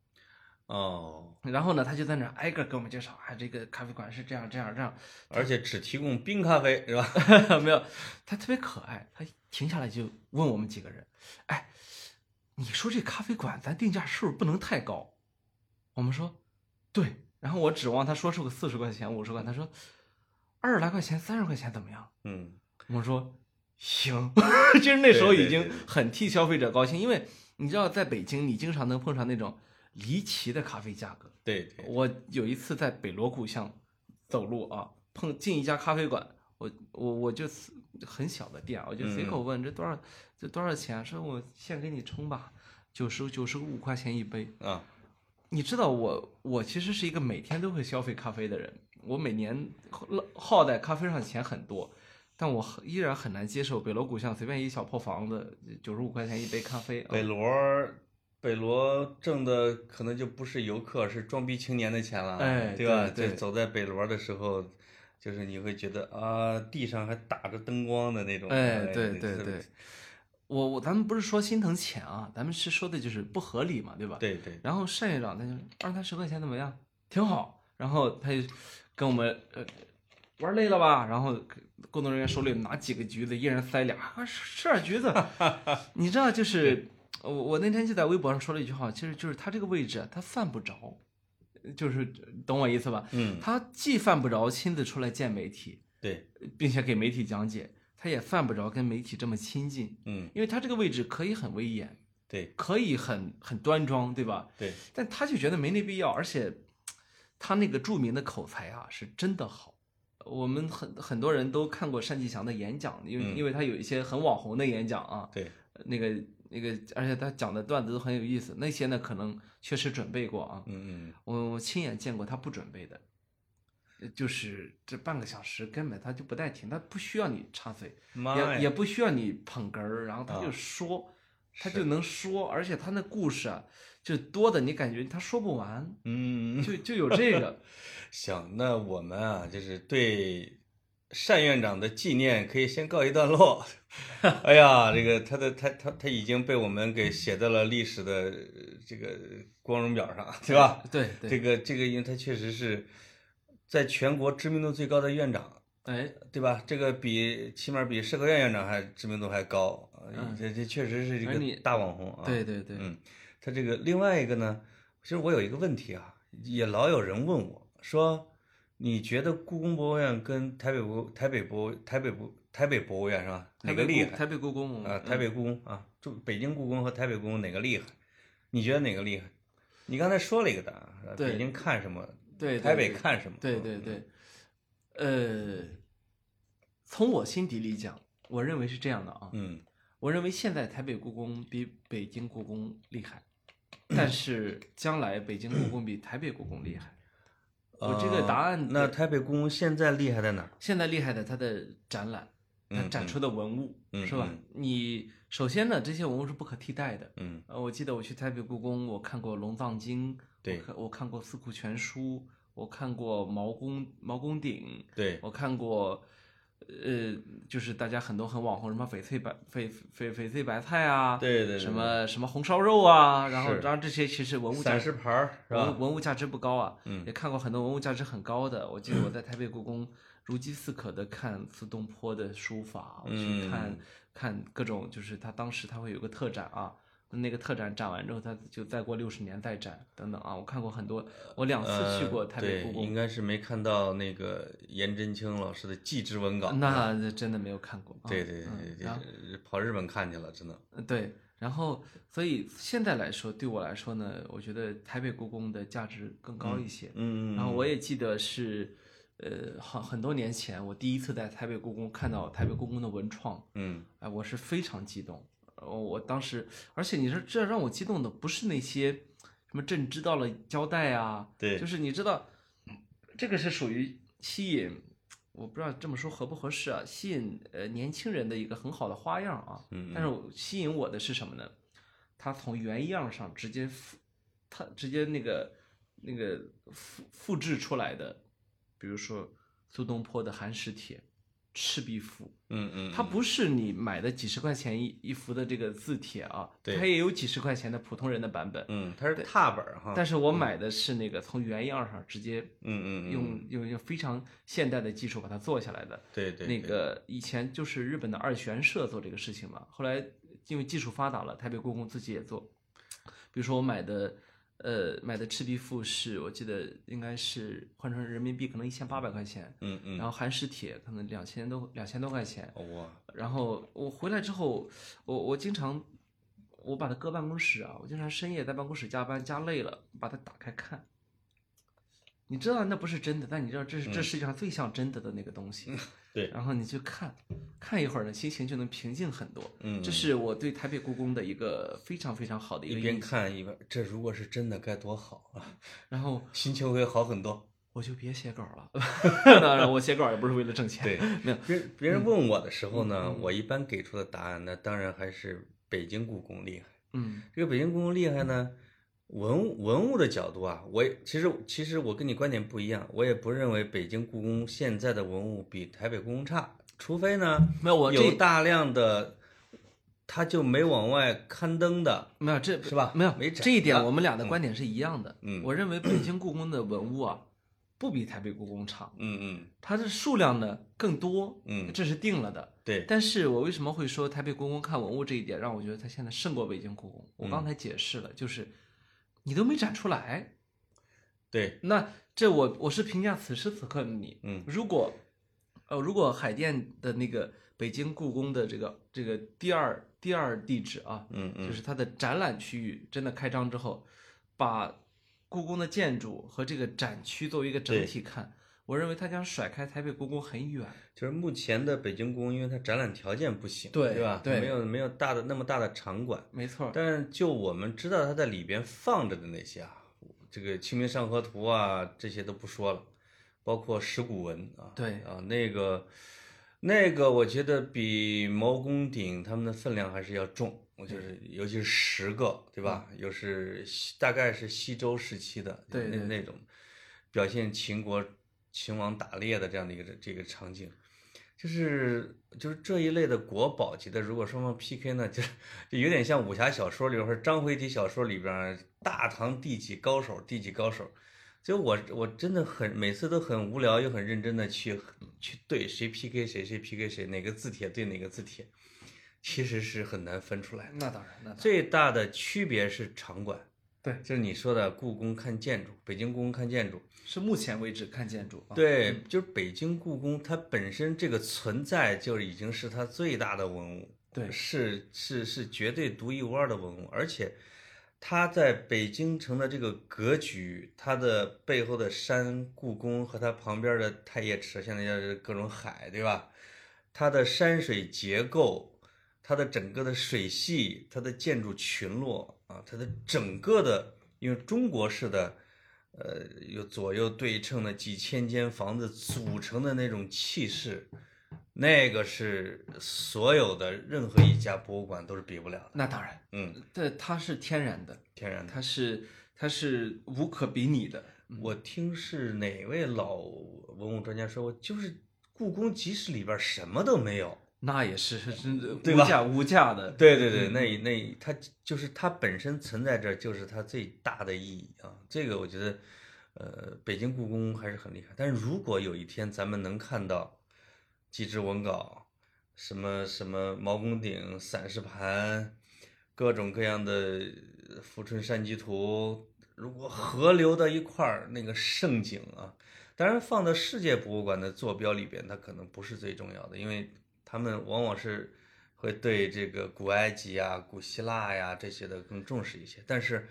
哦，然后呢，他就在那儿挨个给我们介绍，啊，这个咖啡馆是这样这样这而且只提供冰咖啡，是吧？样， 没有，他特别可爱，他停下来就问我们几个人，哎，你说这咖啡馆咱定价是不是不能太高？我们说，对，然后我指望他说出个四十块钱、五十块，他说二十来块钱、三十块钱怎么样？ 嗯，我说行， 其实那时候已对经对对很替消费者高兴，因为你知道，在北京你经常能碰上那种离奇的咖啡价格。对对，我有一次在北锣鼓巷走路啊，碰进一家咖啡馆，我我我就随很小的店啊，我就随嗯口问这多少这多少钱啊，说我现给你充吧，九十九十五块钱一杯。啊，你知道我我其实是一个每天都会消费咖啡的人，我每年耗在咖啡上钱很多，但我很依然很难接受北锣鼓巷随便一小破房子九十五块钱一杯咖啡。啊北罗儿北罗挣的可能就不是游客，是装逼青年的钱了，哎对吧？对对就走在北罗的时候，就是你会觉得啊，地上还打着灯光的那种，哎，对对特别对，我我咱们不是说心疼钱啊，咱们是说的就是不合理嘛，对吧？。对对，然后单院长他就二三十块钱怎么样？挺好。然后他就跟我们呃玩累了吧？然后工作人员手里拿几个橘子，一人塞俩，啊吃吃点橘子。你知道，就是我我那天就在微博上说了一句话，其实就是他这个位置啊他犯不着，就是懂我意思吧？嗯，他既犯不着亲自出来见媒体，对并且给媒体讲解，他也犯不着跟媒体这么亲近，嗯，因为他这个位置可以很威严，对可以很很端庄，对吧？对，但他就觉得没那必要，而且他那个著名的口才啊，是真的好。我们很很多人都看过单霁翔的演讲，因为、嗯因为他有一些很网红的演讲啊，对，那个那个，而且他讲的段子都很有意思。那些呢，可能确实准备过啊，嗯嗯，我我亲眼见过他不准备的，呃就是这半个小时根本他就不带停，他不需要你插嘴，妈呀也也不需要你捧哏儿，然后他哎啊就说，他是就能说，而且他那故事啊，就多的你感觉他说 不完，嗯，就就有这个，行，那我们啊，就是对单院长的纪念可以先告一段 落。哎呀，这个他的他他他已经被我们给写在了历史的呃这个光荣表上，对吧？？对对，这个这个，因为他确实是在全国知名度最高的院长，哎，对吧？这个比起码比社科院院长还知名度还高，呃嗯这这确实是一而你个大网红啊。对对对，嗯，他这个另外一个呢，其实我有一个问题啊，也老有人问我说，你觉得故宫博物院跟台北博台北博台北博台北博物院是吧？哪台个北厉故害台北故宫嗯啊？台北故宫啊，就北京故宫和台北故宫哪个厉害？你觉得哪个厉害？你刚才说了一个答案，是吧对北京看什么？对台北对看嗯什么？啊对对对，呃，从我心底里讲，我认为是这样的啊，嗯，我认为现在台北故宫比北京故宫厉 害，但是将来北京故宫比台北故宫厉害。嗯，我这个答呃案那台北故宫现在厉害在哪儿？现在厉害的它的展览，它嗯展出的文物、嗯是吧嗯？你首先呢，这些文物是不可替代的。嗯呃，我记得我去台北故宫，我看过《龙藏经》，对我看我看过《四库全书》，我看过毛公毛公鼎，对，我看过，呃，就是大家很多很网红，什么翡翠白翡翡翡翠白菜啊，对对对什么什么红烧肉啊，然后是然后这些其实文物价展值示牌儿是吧文？文物价值不高啊，嗯也看过很多文物价值很高的。我记得我在台北故宫如饥似渴的看苏东坡的书法，我去看、嗯看各种，就是他当时他会有个特展啊。那个特展展完之后，他就再过六十年再展等等啊，我看过很多，我两次去过台北呃故对宫，应该是没看到那个颜真卿老师的祭侄文稿。那真的没有看过。啊对对对嗯对对然后对，跑日本看去了，真的。对，然后所以现在来说，对我来说呢，我觉得台北故宫的价值更高一些。嗯，然后我也记得是，呃，很很多年前，我第一次在台北故宫看到台北故宫的文创，嗯哎，我是非常激动。呃我当时，而且你说这让我激动的不是那些什么朕知道了胶带啊，对就是你知道，这个是属于吸引，我不知道这么说合不合适啊，吸引呃年轻人的一个很好的花样啊。嗯，但是嗯我吸引我的是什么呢？他从原样上直接复，他直接那个那个复复制出来的，比如说苏东坡的《寒食帖》《赤壁赋》，嗯嗯，它嗯不是你买的几十块钱一一幅的这个字帖啊，它对也有几十块钱的普通人的版本，嗯，它是踏板儿哈。但是我买的是那个从原样上直接嗯嗯嗯用用用非常现代的技术把它做下来的。对对那对个以前就是日本的二玄社做这个事情嘛，后来因为技术发达了，台北故宫自己也做。比如说我买的，呃，买的《赤壁赋》是我记得应该是换成人民币可能一千八百块钱，嗯嗯，然后《寒食帖》可能两千多两千多块钱。后哇，然后我回来之后，我我经常我把它搁办公室啊，我经常深夜在办公室加班加累了，把它打开看。你知道那不是真的，但你知道这是这嗯世界上最像真的的那个东西。 对，然后你去看，看一会儿呢，心情就能平静很多。嗯，这是我对台北故宫的一个非常非常好的一一个边印象。看一边，这如果是真的该多好啊，然后心情会好很 多。我就别写稿 了，当然我写稿也不是为了挣钱。对，没有，嗯别别人问我的时候呢，我一般给出的答案，那当然还是北京故宫厉害。嗯这个北京故宫厉害呢，文物文物的角度啊，我也其实其实我跟你观点不一样，我也不认为北京故宫现在的文物比台北故宫差，除非呢没有我有这大量的，它就没往外刊登的，没有这是吧没有没展这一点，的我们俩的观点是一样的。嗯我认为北京故宫的文物啊，不比台北故宫差，嗯嗯它的数量呢更多，嗯这是定了的。对，但是我为什么会说台北故宫看文物这一点，让我觉得它现在胜过北京故宫？我嗯刚才解释了，就是你都没展出来。对，那这我我是评价此时此刻的你，嗯如果呃，如果海淀的那个北京故宫的这个这个第二第二地址啊，嗯嗯，就是它的展览区域真的开张之后，把故宫的建筑和这个展区作为一个整对体看，我认为它将甩开台北故宫很远。就是目前的北京故宫，因为它展览条件不行，对吧？对没有没有大的那么大的场馆，没错，但是就我们知道它在里边放着的那些啊，这个《清明上河图》啊，这些都不说了，包括石鼓文啊，对啊，那个那个，我觉得比毛公鼎他们的分量还是要重。我就是，尤其是十个，对吧？又是西大概是西周时期的，嗯对那对对那种表现秦国秦王打猎的这样的一个这个场景，就是就是这一类的国宝级的，如果双方 PK 呢，就就有点像武侠小说里边或者章回体小说里边儿大唐第几高手，第几高手。所以我我真的很每次都很无聊又很认真的去去对谁 PK 谁谁 PK 谁哪个字帖对哪个字帖，其实是很难分出来的。那当然，那当然最大的区别是场馆，对就是你说的故宫看建筑，北京故宫看建筑，是目前为止看建筑啊。对，就是北京故宫，它本身这个存在就已经是它最大的文物，对是是是绝对独一无二的文物，而且它在北京城的这个格局，它的背后的山故宫和它旁边的太液池，现在叫各种海，对吧？它的山水结构，它的整个的水系，它的建筑群落啊，它的整个的，因为中国式的，呃，有左右对称的几千间房子组成的那种气势，那个是所有的任何一家博物馆都是比不了的。那当然，嗯，这它是天然的，天然的。它是它是无可比拟的。我听是哪位老文物专家说过，就是故宫集市里边什么都没有。那也是是真的对无吧价无价的，对对对，那那它就是它本身存在这儿，就是它最大的意义啊。这个我觉得，呃，北京故宫还是很厉害。但是如果有一天咱们能看到机制文稿，什么什么毛公鼎、散石盘，各种各样的呃富春山居图，如果合流到一块儿，那个盛景啊，当然放到世界博物馆的坐标里边，它可能不是最重要的，因为他们往往是会对这个古埃及啊、古希腊呀、这些的更重视一些，但是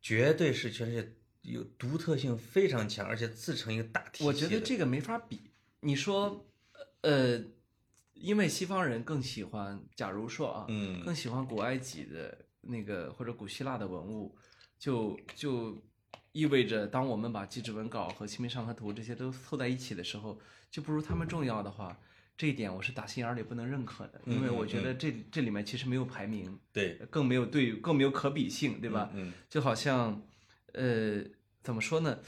绝对是全世界有独特性非常强，而且自成一个大体系的。我觉得这个没法比。你说，呃，因为西方人更喜欢，假如说啊，嗯更喜欢古埃及的那个或者古希腊的文物，就就意味着，当我们把祭侄文稿和《清明上河图》这些都凑在一起的时候，就不如他们重要的话。这一点我是打心眼儿里不能认可的，因为嗯嗯我觉嗯得这这里面其实没有排名，对，更没有对，更没有可比性，对吧？嗯，就好像，呃，怎么说呢？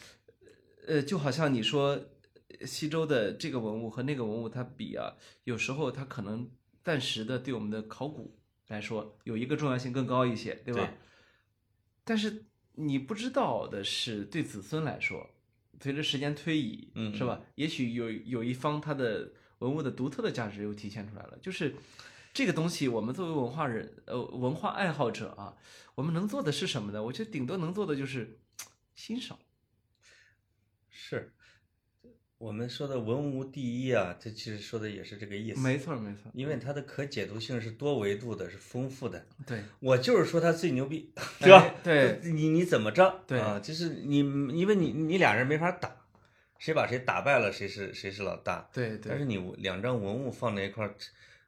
呃，就好像你说呃西周的这个文物和那个文物它比啊，有时候它可能暂时的对我们的考古来说有一个重要性更高一些，对吧？对但是你不知道的是，对子孙来说，随着时间推移，嗯是吧？也许有有一方它的文物的独特的价值又体现出来了，就是这个东西，我们作为文化人，呃，文化爱好者啊，我们能做的是什么呢？我觉得顶多能做的就是欣赏。是。我们说的文无第一啊，这其实说的也是这个意思。没错，没错，因为它的可解读性是多维度的，是丰富的。对，我就是说它最牛逼，对吧？对你你怎么着？对啊，就是你，因为你你俩人没法打，谁把谁打败了，谁是谁是老大。对但是对，你两张文物放在一块儿，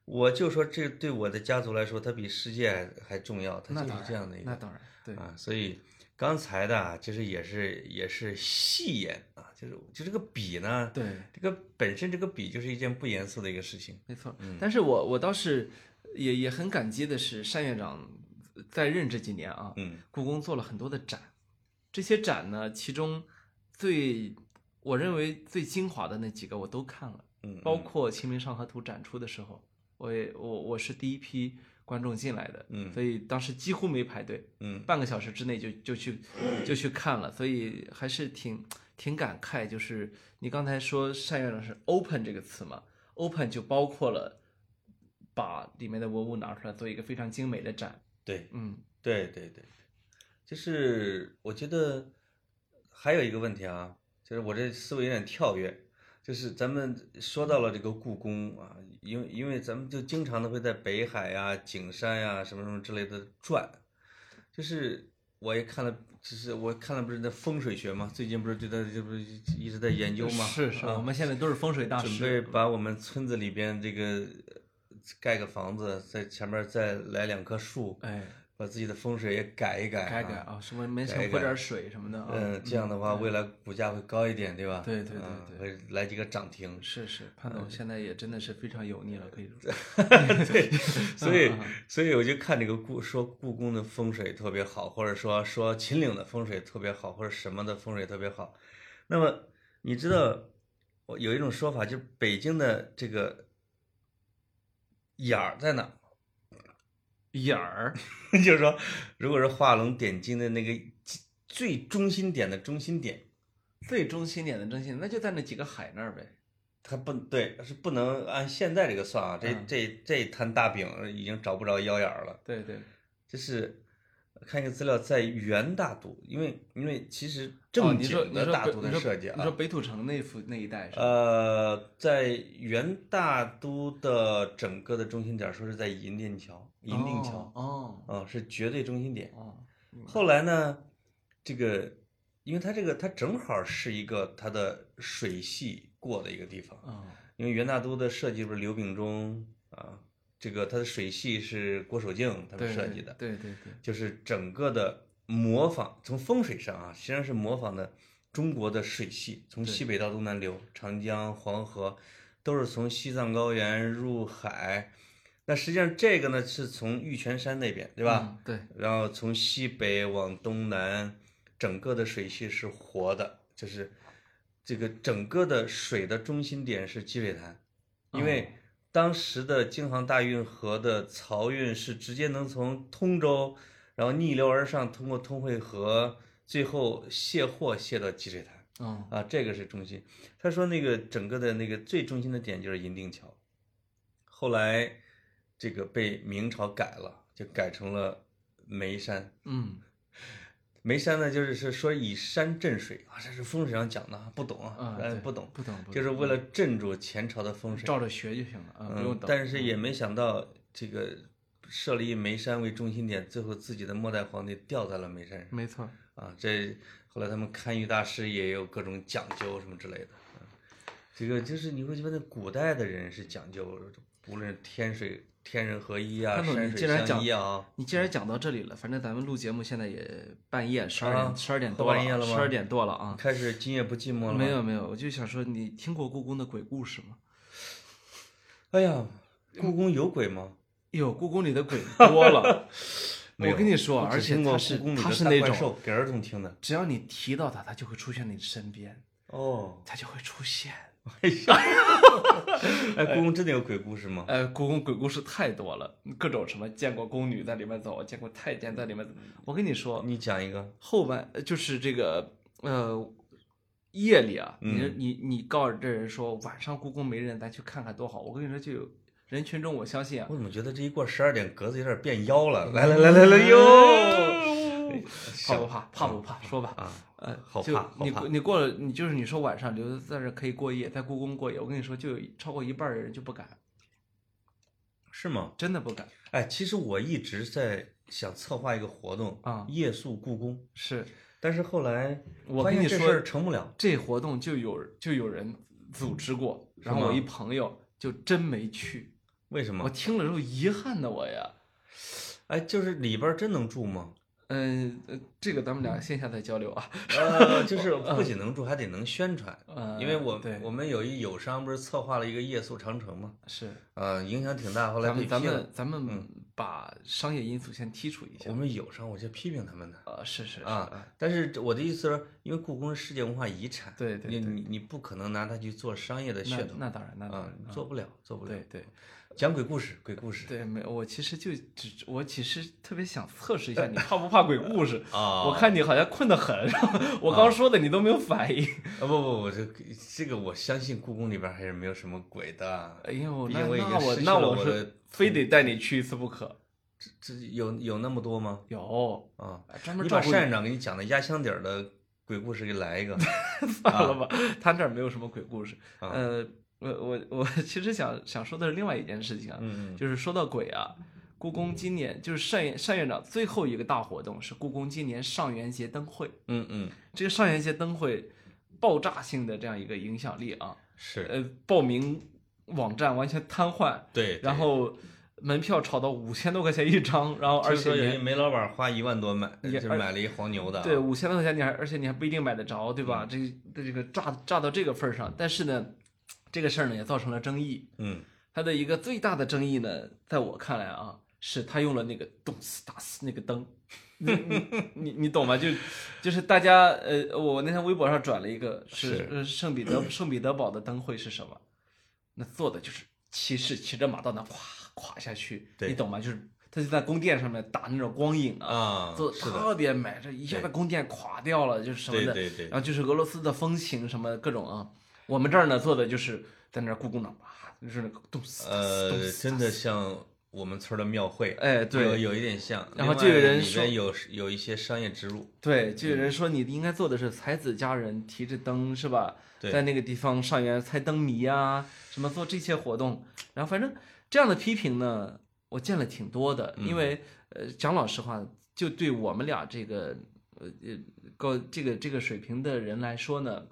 我就说这对我的家族来说，它比世界还还重要，它那就是当然，这样的一个那当然，对，啊，所以刚才的啊就是也是也是戏言啊，就是就这个比呢，对，这个本身这个比就是一件不严肃的一个事情，没错。但是我我倒是也也很感激的是，单院长在任这几年啊，嗯故宫做了很多的展，这些展呢，其中最我认为最精华的那几个我都看了。嗯，包括《清明上河图》展出的时候，我也我我是第一批观众进来的，嗯所以当时几乎没排队，嗯半个小时之内就就去就去看了，所以还是挺挺感慨。就是你刚才说单院长是 “open” 这个词嘛，“open” 就包括了把里面的文物拿出来做一个非常精美的展，对，嗯，对对对，就是我觉得还有一个问题啊，就是我这思维有点跳跃，就是咱们说到了这个故宫啊，因为因为咱们就经常的会在北海呀、景山呀、什么什么之类的转，就是我也看了，就是我看了不是那风水学嘛，最近不是对它这不是一直在研究嘛，是是，啊我们现在都是风水大准师。备把我们村子里边这个呃盖个房子，在前面再来两棵树，哎，把自己的风水也改一改、啊，改改啊，什么没事改改喝点水什么的啊。嗯，这样的话，未来股价会高一点，对吧？对对对嗯对会来几个涨 停。是是，潘总现在也真的是非常油腻了，可以说。嗯 对，所以 嗯嗯所以我就看这个故说故宫的风水特别好，或者说说秦岭的风水特别好，或者什么的风水特别好。那么你知道，我有一种说法，就是北京的这个眼儿 在哪？眼儿，就是说，如果是画龙点睛的那个最中心点的中心点，最中心点的中心，那就在那几个海那儿呗。它不对，是不能按现在这个算啊，这嗯这这摊大饼已经找不着腰眼儿了。对对，就是看一个资料，在元大都，因为因为其实哦正你说经你的说大北都你的说设计你啊，说北土城那幅那一带是吧？呃，在元大都的整个的中心点，说是在银锭桥，银锭桥哦啊，是绝对中心点哦。哦，明白后来呢，这个因为它这个它正好是一个它的水系过的一个地方，哦因为元大都的设计不是刘秉忠啊，这个它的水系是郭守敬他们对设对计的，对对对，就是整个的模仿，从风水上啊，实际上是模仿的中国的水系，从对西北到东南流，长江、黄河，都是从西藏高原入海。那实际上这个呢，是从玉泉山那边，对对吧？？嗯对，然后从西北往东南，整个的水系是活的，就是这个整个的水的中心点是积水潭，因哦为当时的京杭大运河的漕运是直接能从通州，然后逆流而上，通过通惠河，最后卸货卸到积水潭嗯，啊，这个是中心。他说那个整个的那个最中心的点就是银锭桥，后来这个被明朝改了，就改成了眉山。嗯眉山呢，就是是说以山镇水啊，这是风水上讲的啊，不懂啊啊，，咱对不懂，不懂，不就是懂嗯为了镇住前朝的风水。照着学就行了啊，不嗯用，懂。但是也没想到这个设立以眉山为中心点，最后自己的末代皇帝吊在了眉山上没错，啊。这后来他们堪舆大师也有各种讲究什么之类的。嗯这个就是你会觉得古代的人是讲究，无论是天水天人合一啊，潘总山你水竟然相讲依啊，你既然讲到这里了，反正咱们录节目现在也半夜十二啊点十二点喝多完了夜啊，了十吗二点多了啊。开始今夜不寂寞了吗？没有没有，我就想说，你听过故宫的鬼故事吗？哎呀，故宫有鬼吗？哟，哎故宫里 的鬼多了。没有我跟你说，我只而且听过它故是宫里它的是大那怪种，兽给儿童听的只要你提到它，它就会出现在你身边，哦。它就会出现。哎，故宫真的有鬼故事吗？呃，故宫鬼故事太多了，各种什么见过宫女在里面走，见过太监在里面走。嗯我跟你说，你讲一个。后半呃就是这个呃夜里啊，你、你你告诉这人说晚上故宫没人，咱去看看多好。我跟你说，就有人群中，我相信啊我，怎么觉得这一过十二点，格子有点变妖了？来来来来来哎哟！哎怕不怕？怕不怕？说吧。啊，呃，好就怕好你怕你过了，你就是你说晚上留在这儿可以过夜，在故宫过夜，我跟你说，就有超过一半儿的人就不敢，是吗？真的不敢。哎，其实我一直在想策划一个活动啊夜宿故宫，是但是后来我发跟现你这说事儿成不了。这活动就有就有人组织过，然后吗我一朋友就真没去，为什我么？听了之后遗憾的我呀。哎，就是里边儿真能住 吗？嗯，呃这个咱们俩线下再交流啊。呃，就是不仅能住，还得能宣传。呃，因为我嗯对我们有一友商不是策划了一个夜宿长城嘛，是，呃，影响挺大，后来咱被们咱批了。嗯们咱们把商业因素先剔除一下我。们友商，我就批评他们的呃，是是是啊，。但是我的意思是，因为故宫是世界文化遗产，对对你对你你不可能拿它去做商业的那噱头那当然，那当啊然，，做不了，做不了对。对讲鬼故事，鬼故事对，没，我其实就只我其实特别想测试一 下你怕不怕鬼故事。啊，我看你好像困得很，我刚说的你都没有反应。啊不不不，这这个我相信故宫里边还是没有什么鬼的。哎呦，毕那竟我已那经我失去那了我我是的非得带你去一次不可。这这有有那么多吗？有啊，专门你照把顾单院长给你讲的压箱底儿的鬼故事给来一个，算了吧， 他这儿没有什么鬼故事。啊呃，我我我 其实想想说的是另外一件事情啊，嗯就是说到鬼啊，故宫今年就是单院单院长最后一个大活动是故宫今年上元节灯会，嗯嗯，这个上元节灯会爆炸性的这样一个影响力啊，是呃，报名网站完全瘫痪，对，然对后门票炒到五千多块钱一张，然后而听且说有啊你一煤老板花一万多买，也就而买了一黄牛的，对，五千多块钱你还，而且你还不一定买得着，对吧？这嗯这这个炸炸到这个份儿上，但是呢，这个事儿呢也造成了争议。嗯，它的一个最大的争议呢，在我看来啊，是他用了那个动次打次那个灯，你你你你懂吗？就就是大家呃，我那天微博上转了一个是是呃圣彼得圣彼得堡的灯会是什么？那做的就是骑士骑着马到那咵咵下去，对你懂吗？就是他就在宫殿上面打那种光影啊，啊，做是的，特别美，这一下子宫殿垮掉了，就是什么对的，对对然，后就是俄罗斯的风情什么各种啊。我们这儿呢做的就是在那儿故宫那儿哇，就是那个咚死咚呃，死，真的像我们村儿的庙会，哎有对有一点像。然后另就有外人里说边有有一些商业植入，对，嗯就有人说你应该做的是才子佳人提着灯是吧？对在那个地方上元猜灯谜啊，什么做这些活动，然后反正这样的批评呢，我见了挺多的，嗯因为呃讲老实话，就对我们俩这个呃呃高这个这个水平的人来说呢，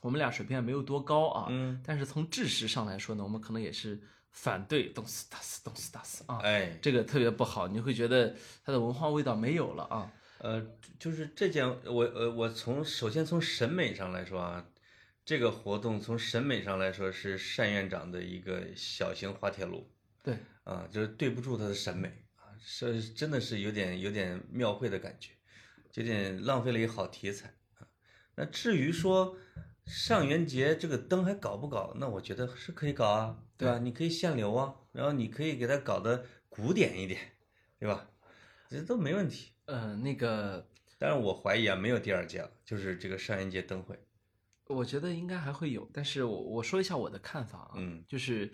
我们俩水平也没有多高啊，嗯，但是从知识上来说呢，我们可能也是反对动死打死动死打死啊，哎，这个特别不好，你会觉得它的文化味道没有了啊，呃，就是这件，我呃，我从首先从审美上来说啊，这个活动从审美上来说是单院长的一个小型滑铁卢对。啊，就是对不住他的审美啊，是真的是有点有点庙会的感觉，有点浪费了一个好题材啊。那至于说上元节这个灯还搞不搞，那我觉得是可以搞啊，对吧？你可以限流啊，然后你可以给它搞得古典一点，对吧？这都没问题。呃，那个，但是我怀疑啊，没有第二届了，就是这个上元节灯会。我觉得应该还会有，但是我我说一下我的看法啊，嗯就是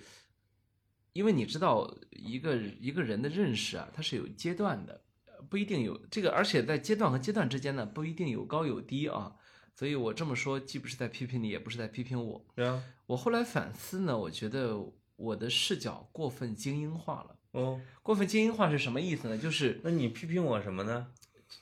因为你知道一个一个人的认识啊，它是有阶段的，呃不一定有这个，而且在阶段和阶段之间呢，不一定有高有低啊，所以我这么说既不是在批评你，也不是在批评我。对啊，我后来反思呢，我觉得我的视角过分精英化了。哦，过分精英化是什么意思呢？就是那你批评我什么呢？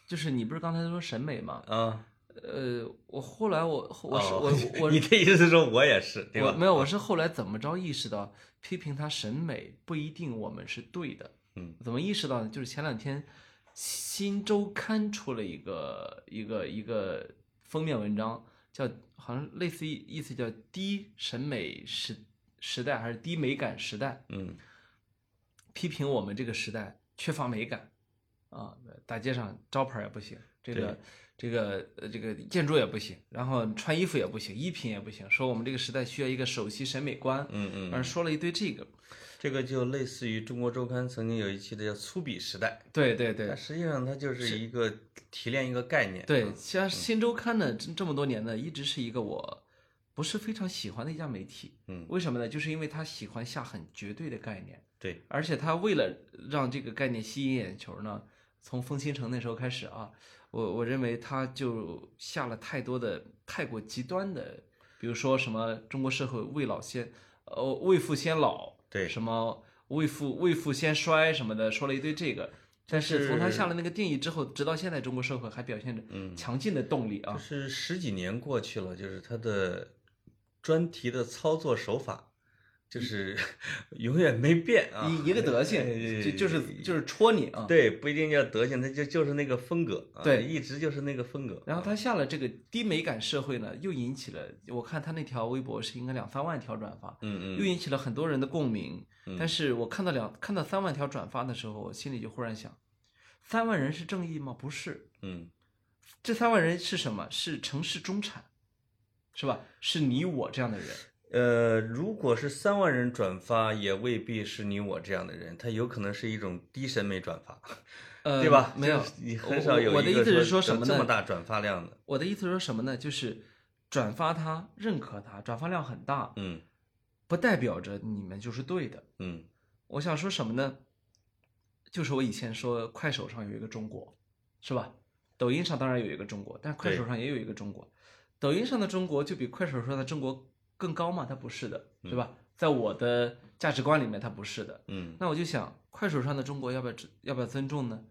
就是你不是刚才说审美吗？啊，呃，我后来我我是、哦 我我你的意思是说我也是，对我吧？没有，我是后来怎么着意识到，批评他审美不一定我们是对的。嗯，怎么意识到呢？就是前两天《新周刊》出了一个一个一个封面文章，叫好像类似于意思叫“低审美时时代”还是“低美感时代嗯”，批评我们这个时代缺乏美感啊，大街上招牌也不行，这个对。这个呃，这个建筑也不行，然后穿衣服也不行，衣品也不行，说我们这个时代需要一个首席审美观，嗯反正嗯，说了一堆这个，这个就类似于《中国周刊》曾经有一期的叫“粗鄙时代对对”，但对实际上它就是嗯一个提炼一个概念。啊对，其实《新周刊》呢，这这么多年呢，一直是一个我不是非常喜欢的一家媒体。嗯为什么呢？就是因为他喜欢下很绝对的概念，对，而且他为了让这个概念吸引眼球呢，从风新城那时候开始啊，我我认为他就下了太多的太过极端的，比如说什么中国社会未老先呃未富先老，对什么未富未富先衰什么的，说了一堆这个。但是从他下了那个定义之后，直到现在，中国社会还表现着强劲的动力啊嗯就。是十几年过去了，就是它的专题的操作手法，就是 永远没变啊，一一个 德性，就就是就是戳你啊。哎对，不一定叫德行，它就就是那个风格、啊，对一直就是那个风格。啊然后他下了这个低美感社会呢，又引起了我看他那条微博是应该两三万条转发，嗯又嗯，引起了很多人的共鸣。但是我看到两看到三万条转发的时候，我心里就忽然想，三万人是正义吗？不是，嗯，这三万人是什么？是城市中产，是吧？是你我这样的人。呃，如果是三万人转发，也未必是你我这样的人，他有可能是一种低审美转发，呃，对吧？没有就是，你很少有我我的一意个思是说什么这呢？么大转发量的，我的意思是说什么呢？就是转发它，认可它，转发量很大，嗯不代表着你们就是对的。嗯，我想说什么呢？就是我以前说快手上有一个中国，是吧？抖音上当然有一个中国，但是快手上也有一个中国。抖音上的中国就比快手上的中国更高吗？它不是的，对吧？在我的价值观里面，它不是的。嗯那我就想，快手上的中国要不要要不要尊重呢？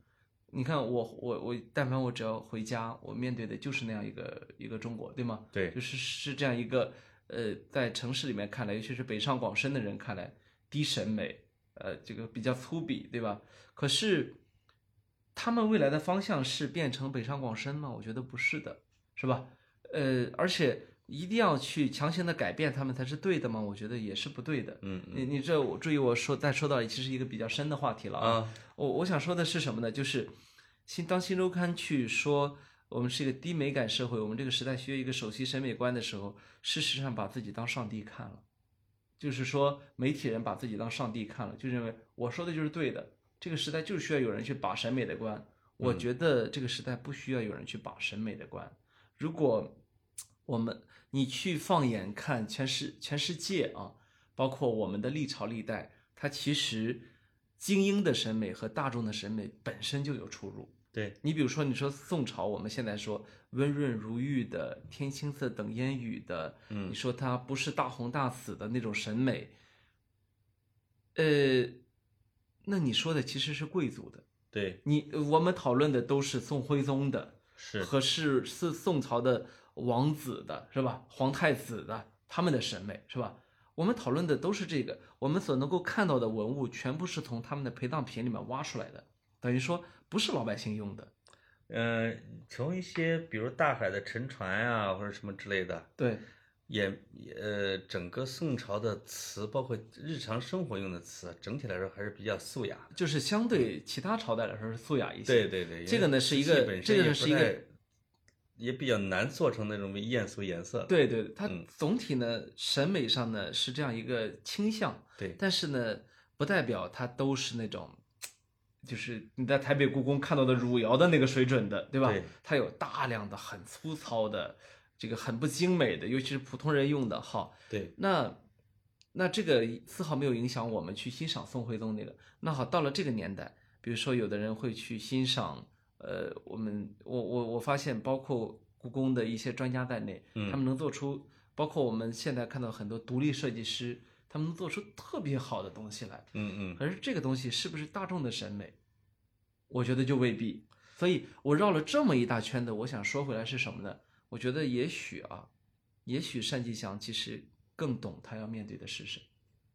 你看我我我，但凡我只要回家，我面对的就是那样一个一个中国，对吗？对，就是是这样一个呃，在城市里面看来，尤其是北上广深的人看来，低审美，呃，这个比较粗鄙，对吧？可是他们未来的方向是变成北上广深吗？我觉得不是的，是吧？呃，而且一定要去强行的改变他们才是对的吗？我觉得也是不对的。嗯你嗯你这我注意我说再说到其实一个比较深的话题了啊。啊我我想说的是什么呢？就是新当新周刊去说我们是一个低美感社会，我们这个时代需要一个首席审美观的时候，事实上把自己当上帝看了，就是说媒体人把自己当上帝看了，就认为我说的就是对的，这个时代就是需要有人去把审美的关。我觉得这个时代不需要有人去把审美的关。如果我们你去放眼看全世全世界啊，包括我们的历朝历代，它其实精英的审美和大众的审美本身就有出入。对，你比如说，你说宋朝，我们现在说温润如玉的、天青色等烟雨的，嗯你说它不是大红大紫的那种审美，呃，那你说的其实是贵族的。对你呃我们讨论的都是宋徽宗的，是，和是是宋朝的王子的是吧？皇太子的他们的审美是吧？我们讨论的都是这个，我们所能够看到的文物全部是从他们的陪葬品里面挖出来的，等于说不是老百姓用的。呃，从一些比如大海的沉船啊或者什么之类的，对，也呃整个宋朝的词，包括日常生活用的词，整体来说还是比较素雅的。就是相对其他朝代来说是素雅一些。对对对，因为这个呢是一瓷器个本这身也个呢不是一太个也比较难做成那种艳俗颜色的。对对，它嗯总体呢审美上呢是这样一个倾向，对但是呢不代表它都是那种，就是你在台北故宫看到的汝窑的那个水准的，对吧？对它有大量的很粗糙的，这个很不精美的，尤其是普通人用的哈。对那那这个丝毫没有影响我们去欣赏宋徽宗那个。那好，到了这个年代，比如说有的人会去欣赏，呃，我们我我我发现，包括故宫的一些专家在内，嗯他们能做出，包括我们现在看到很多独立设计师，他们能做出特别好的东西来。嗯嗯，可是这个东西是不是大众的审美？我觉得就未必。所以我绕了这么一大圈的，我想说回来是什么呢？我觉得也许啊，也许单霁翔其实更懂他要面对的是谁，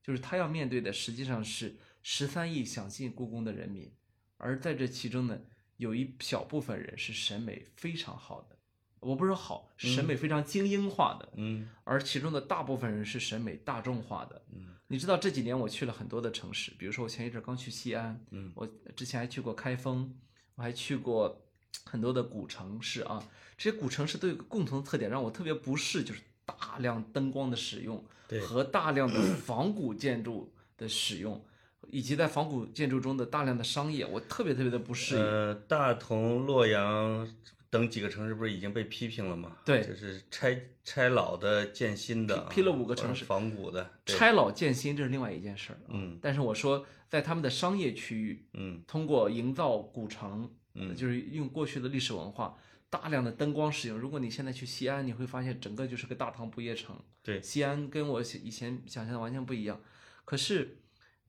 就是他要面对的实际上是十三亿想进故宫的人民，而在这其中呢，有一小部分人是审美非常好的，我不是说好，是审美非常精英化的，嗯而其中的大部分人是审美大众化的。嗯，你知道这几年我去了很多的城市，比如说我前一阵儿刚去西安，嗯我之前还去过开封，我还去过很多的古城市啊。这些古城市都有一个共同的特点，让我特别不适，就是大量灯光的使用对和大量的仿古建筑的使用，以及在仿古建筑中的大量的商业，我特别特别的不适应。呃，大同、洛阳等几个城市不是已经被批评了吗？对就是拆拆老的、建新的啊，批批了五个城市仿古的，对，拆老建新这是另外一件事儿、啊，嗯但是我说在他们的商业区域，嗯通过营造古城，嗯就是用过去的历史文化，大量的灯光使用。如果你现在去西安，你会发现整个就是个大唐不夜城。对西安跟我以前想象的完全不一样。可是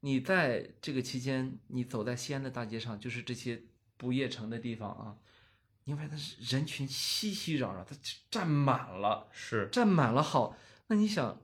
你在这个期间，你走在西安的大街上，就是这些不夜城的地方啊，你会发现人群熙熙攘攘，它占满了。是，占满了好，那你想，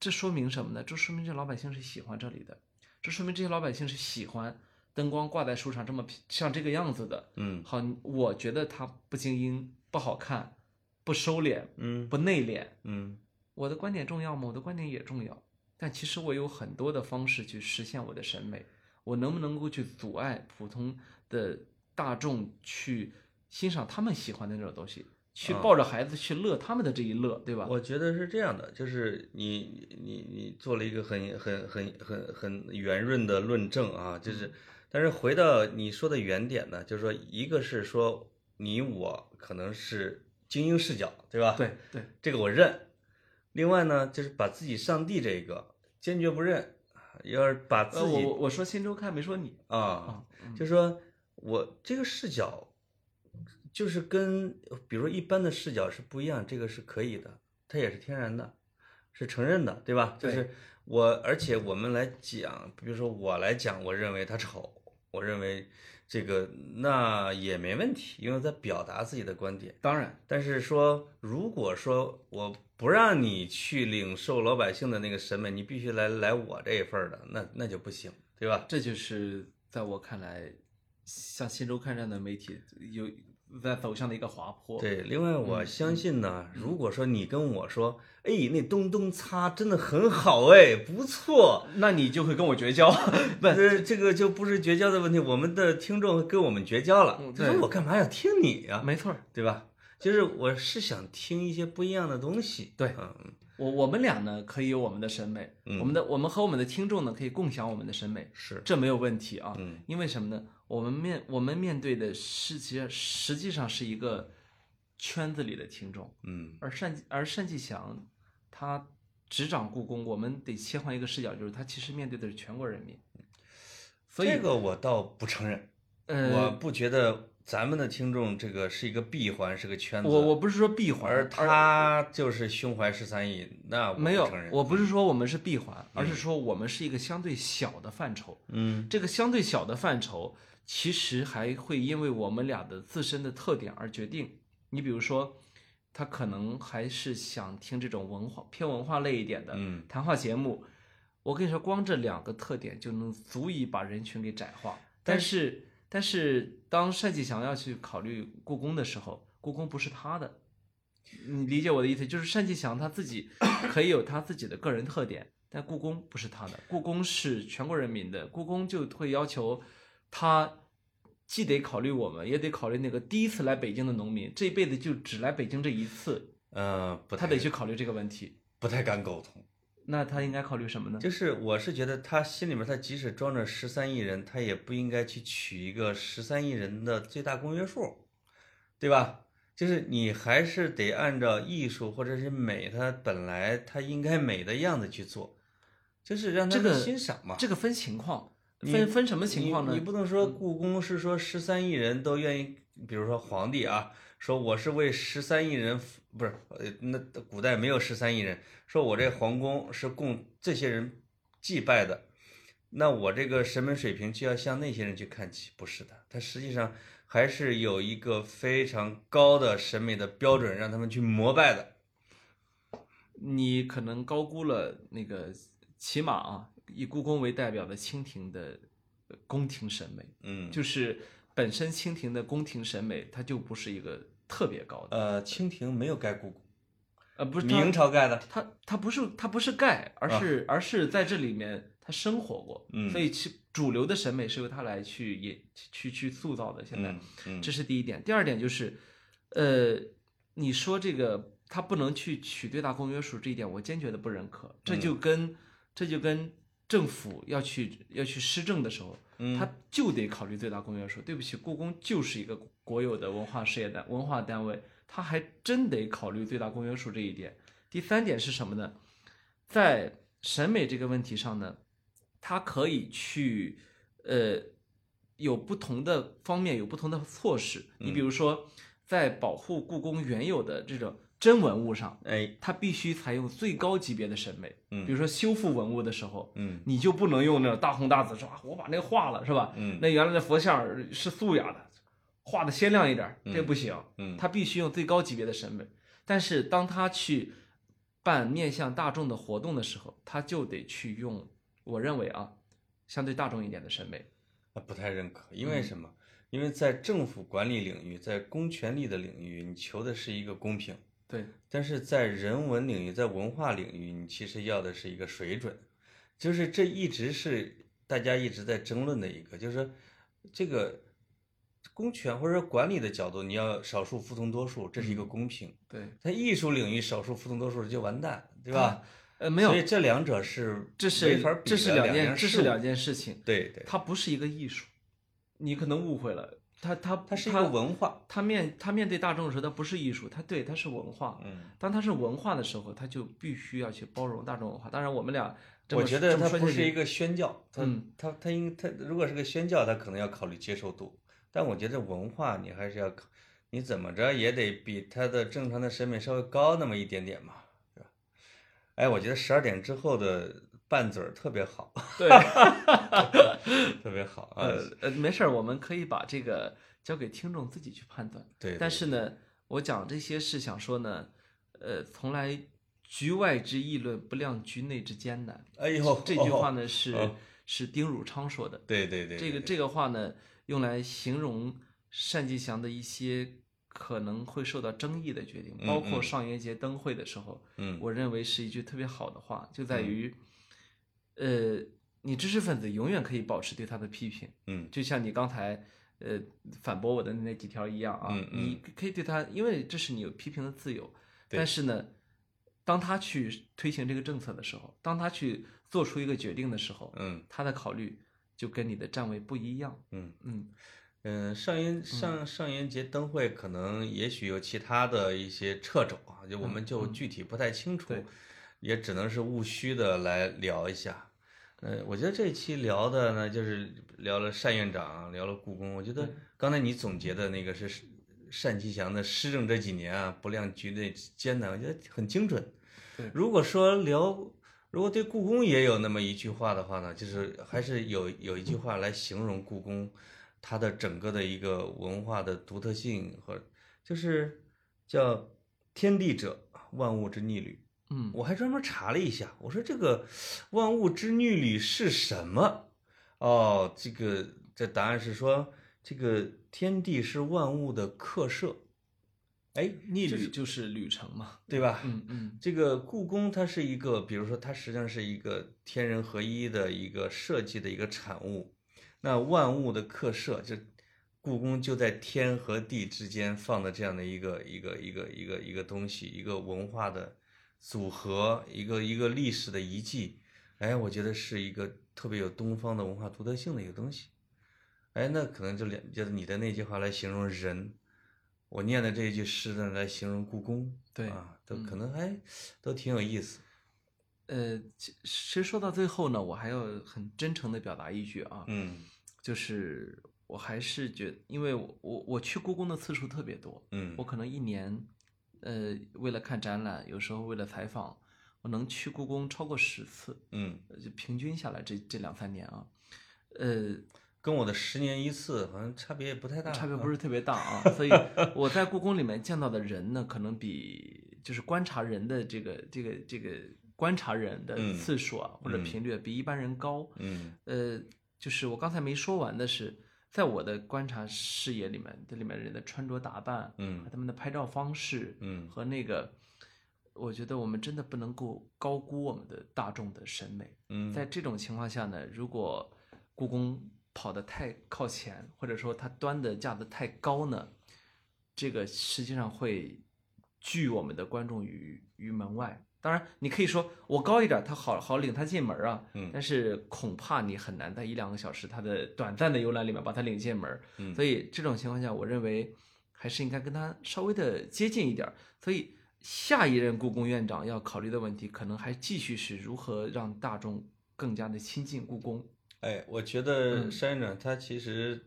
这说明什么呢？这说明这老百姓是喜欢这里的，这说明这些老百姓是喜欢灯光挂在树上这么像这个样子的。嗯好，我觉得它不精英、不好看、不收敛、嗯不内敛。嗯我的观点重要吗？我的观点也重要，但其实我有很多的方式去实现我的审美。我能不能够去阻碍普通的大众去欣赏他们喜欢的那种东西，去抱着孩子去乐他们的这一乐，对吧？啊我觉得是这样的，就是你你你做了一个很很很很很圆润的论证啊，嗯就是，但是回到你说的原点呢，就是说，一个是说你我可能是精英视角，对吧？，对对，这个我认。另外呢，就是把自己上帝这个坚决不认，啊要是把自呃，我己我我说新周刊没说你啊，啊，嗯就说我这个视角就是跟比如说一般的视角是不一样，这个是可以的，它也是天然的，是承认的，对吧？就是我，而且我们来讲，比如说我来讲，我认为他丑，我认为这个那也没问题，因为在表达自己的观点。当然，但是说，如果说我不让你去领受老百姓的那个审美，你必须来来我这一份儿的，那那就不行，对吧？这就是在我看来，像《新周刊》这样的媒体有在走向的一个滑坡。，对，另外嗯我相信呢，如果说你跟我说，哎，那东东擦真的很好，哎，不错，那你就会跟我绝交。不，呃，这个就不是绝交的问题，我们的听众跟我们绝交了，嗯就对说我干嘛要听你呀、 没错儿，对吧？就是我是想听一些不一样的东西，对嗯，我我们俩呢可以有我们的审美，嗯我们的我们和我们的听众呢可以共享我们的审美，是，这没有问题啊。嗯，因为什么呢？我们面我们面对的实际实际上是一个圈子里的听众，嗯，而单霁而单霁翔他执掌故宫，我们得切换一个视角，就是他其实面对的是全国人民，所以、这个我倒不承认，我呃，不觉得咱们的听众这个是一个闭环，是个圈子，我我不是说闭环，而他就是胸怀十三亿，那我不没有承认，嗯我不是说我们是闭环，而是说我们是一个相对小的范畴。嗯这个相对小的范畴，其实还会因为我们俩的自身的特点而决定。你比如说，他可能还是想听这种文化偏文化类一点的嗯谈话节目。我跟你说，光这两个特点就能足以把人群给窄化。但是，但是当单霁翔要去考虑故宫的时候，故宫不是他的。你理解我的意思，就是单霁翔他自己可以有他自己的个人特点，但故宫不是他的，故宫是全国人民的，故宫就会要求他既得考虑我们，也得考虑那个第一次来北京的农民，这一辈子就只来北京这一次，呃，不他太得去考虑这个问题。不太敢苟同。那他应该考虑什么呢？就是我是觉得他心里面，他即使装着十三亿人，他也不应该去取一个十三亿人的最大公约数，对吧？就是你还是得按照艺术或者是美，它本来它应该美的样子去做，就是让他这们个欣赏嘛。这个分情况，你分分什么情况呢？嗯你？你不能说故宫是说十三亿人都愿意，比如说皇帝啊，说我是为十三亿人服，不是，呃，那古代没有十三亿人，说我这皇宫是供这些人祭拜的，那我这个审美水平就要向那些人去看齐，不是的，他实际上还是有一个非常高的审美的标准让他们去膜拜的。你可能高估了那个，起码啊，以故宫为代表的清廷的呃宫廷审美，嗯，就是本身清廷的宫廷审美，它就不是一个特别高的，呃，清廷没有盖故宫，呃，不是它明朝盖的。它它不是它不是盖，而是、而是在这里面它生活过，嗯所以其主流的审美是由它来去也去去塑造的。现在、嗯嗯，这是第一点，第二点就是，呃，你说这个它不能去取对大公约数这一点，我坚决的不认可。这就跟、这就跟政府要去要去施政的时候，嗯他就得考虑最大公约数。对不起，故宫就是一个国有的文化事业单文化单位，他还真得考虑最大公约数这一点。第三点是什么呢？在审美这个问题上呢，他可以去呃有不同的方面有不同的措施。你比如嗯说，在保护故宫原有的这种真文物上，哎，它必须采用最高级别的审美。嗯比如说修复文物的时候，嗯你就不能用那种大红大紫说啊，我把那个画了是吧？嗯那原来的佛像是素雅的，画的鲜亮一点儿，这不行。嗯他必须用最高级别的审美。但是当他去办面向大众的活动的时候，他就得去用，我认为啊，相对大众一点的审美。啊，不太认可，因为嗯什么？因为在政府管理领域，在公权力的领域，你求的是一个公平；对，但是在人文领域，在文化领域，你其实要的是一个水准。就是这一直是大家一直在争论的一个，就是说这个公权或者说管理的角度，你要少数服从多数，这是嗯一个公平。对，在艺术领域，少数服从多数就完蛋，对吧？呃，没有所以，这两者是这没是法比这是的两两件，这是两事件事情物，对对，它不是一个艺术，你可能误会了。它它它是一个文化，它面它面对大众的时候，它不是艺术，它对它是文化。嗯。当它是文化的时候，它就必须要去包容大众文化。当然，我们俩这么我觉得这么它说不下去是一个宣教，它嗯它它应它如果是个宣教，它可能要考虑接受度，但我觉得文化你还是要考，你怎么着也得比他的正常的审美稍微高那么一点点嘛，是吧？哎，我觉得十二点之后的拌嘴儿特别好， 对，特别好啊。呃呃，没事儿，我们可以把这个交给听众自己去判断。对，对但是呢，我讲这些是想说呢，呃，从来局外之议论不亮局内之艰难。哎呦，这句话哦，呢是、哦是丁汝昌说的。对对对，这个这个话呢，用来形容单霁翔的一些可能会受到争议的决定，嗯包括嗯上元节灯会的时候，嗯我认为是一句特别好的话，就在于，呃，你知识分子永远可以保持对他的批评，嗯就像你刚才。呃，反驳我的那几条一样啊，嗯嗯你可以对他，因为这是你有批评的自由，对但是呢，当他去推行这个政策的时候，当他去做出一个决定的时候，嗯他的考虑就跟你的站位不一样。嗯嗯，嗯，上元上上元节灯会可能也许有其他的一些掣肘啊，就我们就具体不太清楚，嗯对也只能是务虚的来聊一下。呃，我觉得这期聊的呢，就是聊了单院长，聊了故宫。我觉得刚才你总结的那个是单霁翔的施政这几年啊，不量局内艰难，我觉得很精准。对如果说聊，如果对故宫也有那么一句话的话呢，就是还是有有一句话来形容故宫它的整个的一个文化的独特性和，就是叫天地者，万物之逆旅。嗯，我还专门查了一下，我说这个万物之逆旅是什么？哦，这个这答案是说，这个天地是万物的客舍，哎，逆就是旅就是旅程嘛。对吧？嗯嗯，这个故宫它是一个，比如说它实际上是一个天人合一的一个设计的一个产物。那万物的客舍，就故宫就在天和地之间放的这样的一个一个一个一个一个东西，一个文化的组合，一个一个历史的遗迹。哎，我觉得是一个特别有东方的文化独特性的一个东西。哎，那可能就两就是你的那句话来形容人，我念的这一句诗呢来形容故宫。对啊，都嗯可能还都挺有意思。呃，其其实说到最后呢，我还要很真诚的表达一句啊，嗯就是我还是觉因为我我我去故宫的次数特别多，嗯我可能一年，呃，为了看展览，有时候为了采访，我能去故宫超过十次，嗯，呃就平均下来这这两三年啊，呃，跟我的十年一次好像差别也不太大，差别啊不是特别大 啊，所以我在故宫里面见到的人呢，可能比就是观察人的这个这个这个观察人的嗯次数啊、或者嗯频率啊比一般人高。嗯呃，就是我刚才没说完的是，在我的观察视野里面，这里面人的穿着打扮，嗯和他们的拍照方式，嗯和那个，我觉得我们真的不能够高估我们的大众的审美。嗯，在这种情况下呢，如果故宫跑得太靠前，或者说它端的架子太高呢，这个实际上会拒我们的观众于于门外。当然，你可以说我高一点，他好好领他进门啊。嗯但是恐怕你很难在一两个小时他的短暂的游览里面把他领进门。嗯所以这种情况下，我认为还是应该跟他稍微的接近一点儿。所以下一任故宫院长要考虑的问题，可能还继续是如何让大众更加的亲近故宫。哎，我觉得嗯山长他其实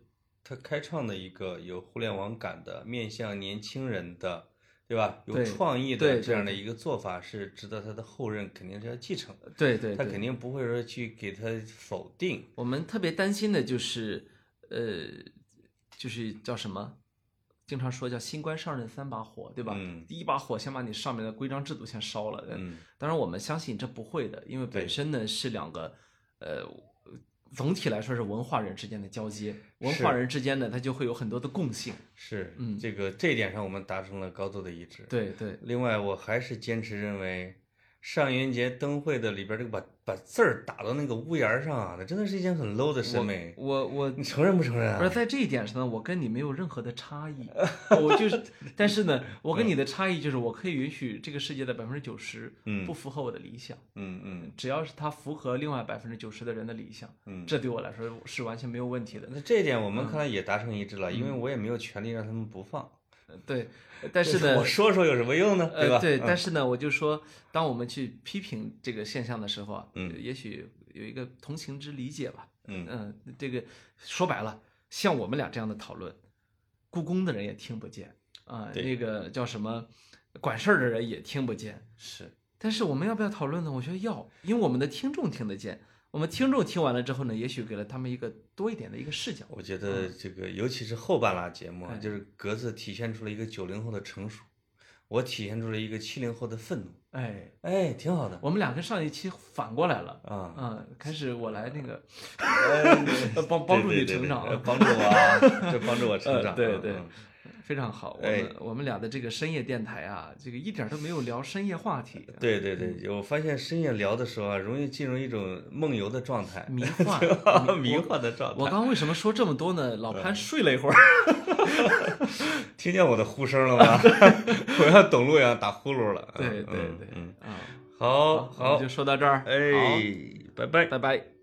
他开创的一个有互联网感的、面向年轻人的，对吧？有对创意对的这对样的对一个做法是值得他的后人肯定是要继承的，对对他对，肯定不会说去给他否定。我们特别担心的就是，呃，就是叫什么？经常说叫新官上任三把火，对吧？嗯第一把火先把你上面的规章制度先烧了。呃嗯当然我们相信这不会的，因为本对身呢是两个，呃，总体来说是文化人之间的交接，文是化人之间呢，它就会有很多的共性。是，嗯这个这一点上我们达成了高度的一致。对对，另外，我还是坚持认为，上元节灯会的里边这个把把字儿打到那个屋檐儿上啊，那真的是一件很 low 的审美。我我你承认不承认不啊？是在这一点上呢，我跟你没有任何的差异，我就是，但是呢，嗯我跟你的差异就是，我可以允许这个世界的百分之九十嗯不符合我的理想，嗯嗯只要是它符合另外百分之九十的人的理想，嗯，这对嗯我来说是完全没有问题的。那这一点我们看来也达成一致了，因为我也没有权利让他们不放。呃对，嗯但是呢我，说说有什么用呢？对吧？嗯呃，对，但是是呢，我就说，当我们去批评这个现象的时候啊，嗯也许有一个同情之理解吧，嗯嗯，这个说白了，像我们俩这样的讨论，故宫的人也听不见，啊、对那个叫什么管事儿的人也听不见。是但是我们要不要讨论呢？我觉得要，因为我们的听众听得见，我们听众听完了之后呢，也许给了他们一个多一点的一个视角。我觉得这个，尤其是后半拉节目啊，嗯哎就是格子体现出了一个九零后的成熟，我体现出了一个七零后的愤怒，哎，哎，挺好的我们俩跟上一期反过来了。啊，嗯，开始我来那个 哎呃帮帮助对对你对成长对帮助我啊，这帮助我成长，呃对对嗯非常好，我哎们我们俩的这个深夜电台啊，这个一点都没有聊深夜话题，嗯，对对对，我发现深夜聊的时候啊，容易进入一种梦游的状态， 迷幻迷。幻的状我我态。刚刚为什么说这么多呢？老嗯潘睡了一会儿，听见我的呼声了吗？ 我要董路阳打呼噜了。对嗯对对嗯，，啊，好我们好就，说到这儿，哎，拜拜好，。拜拜。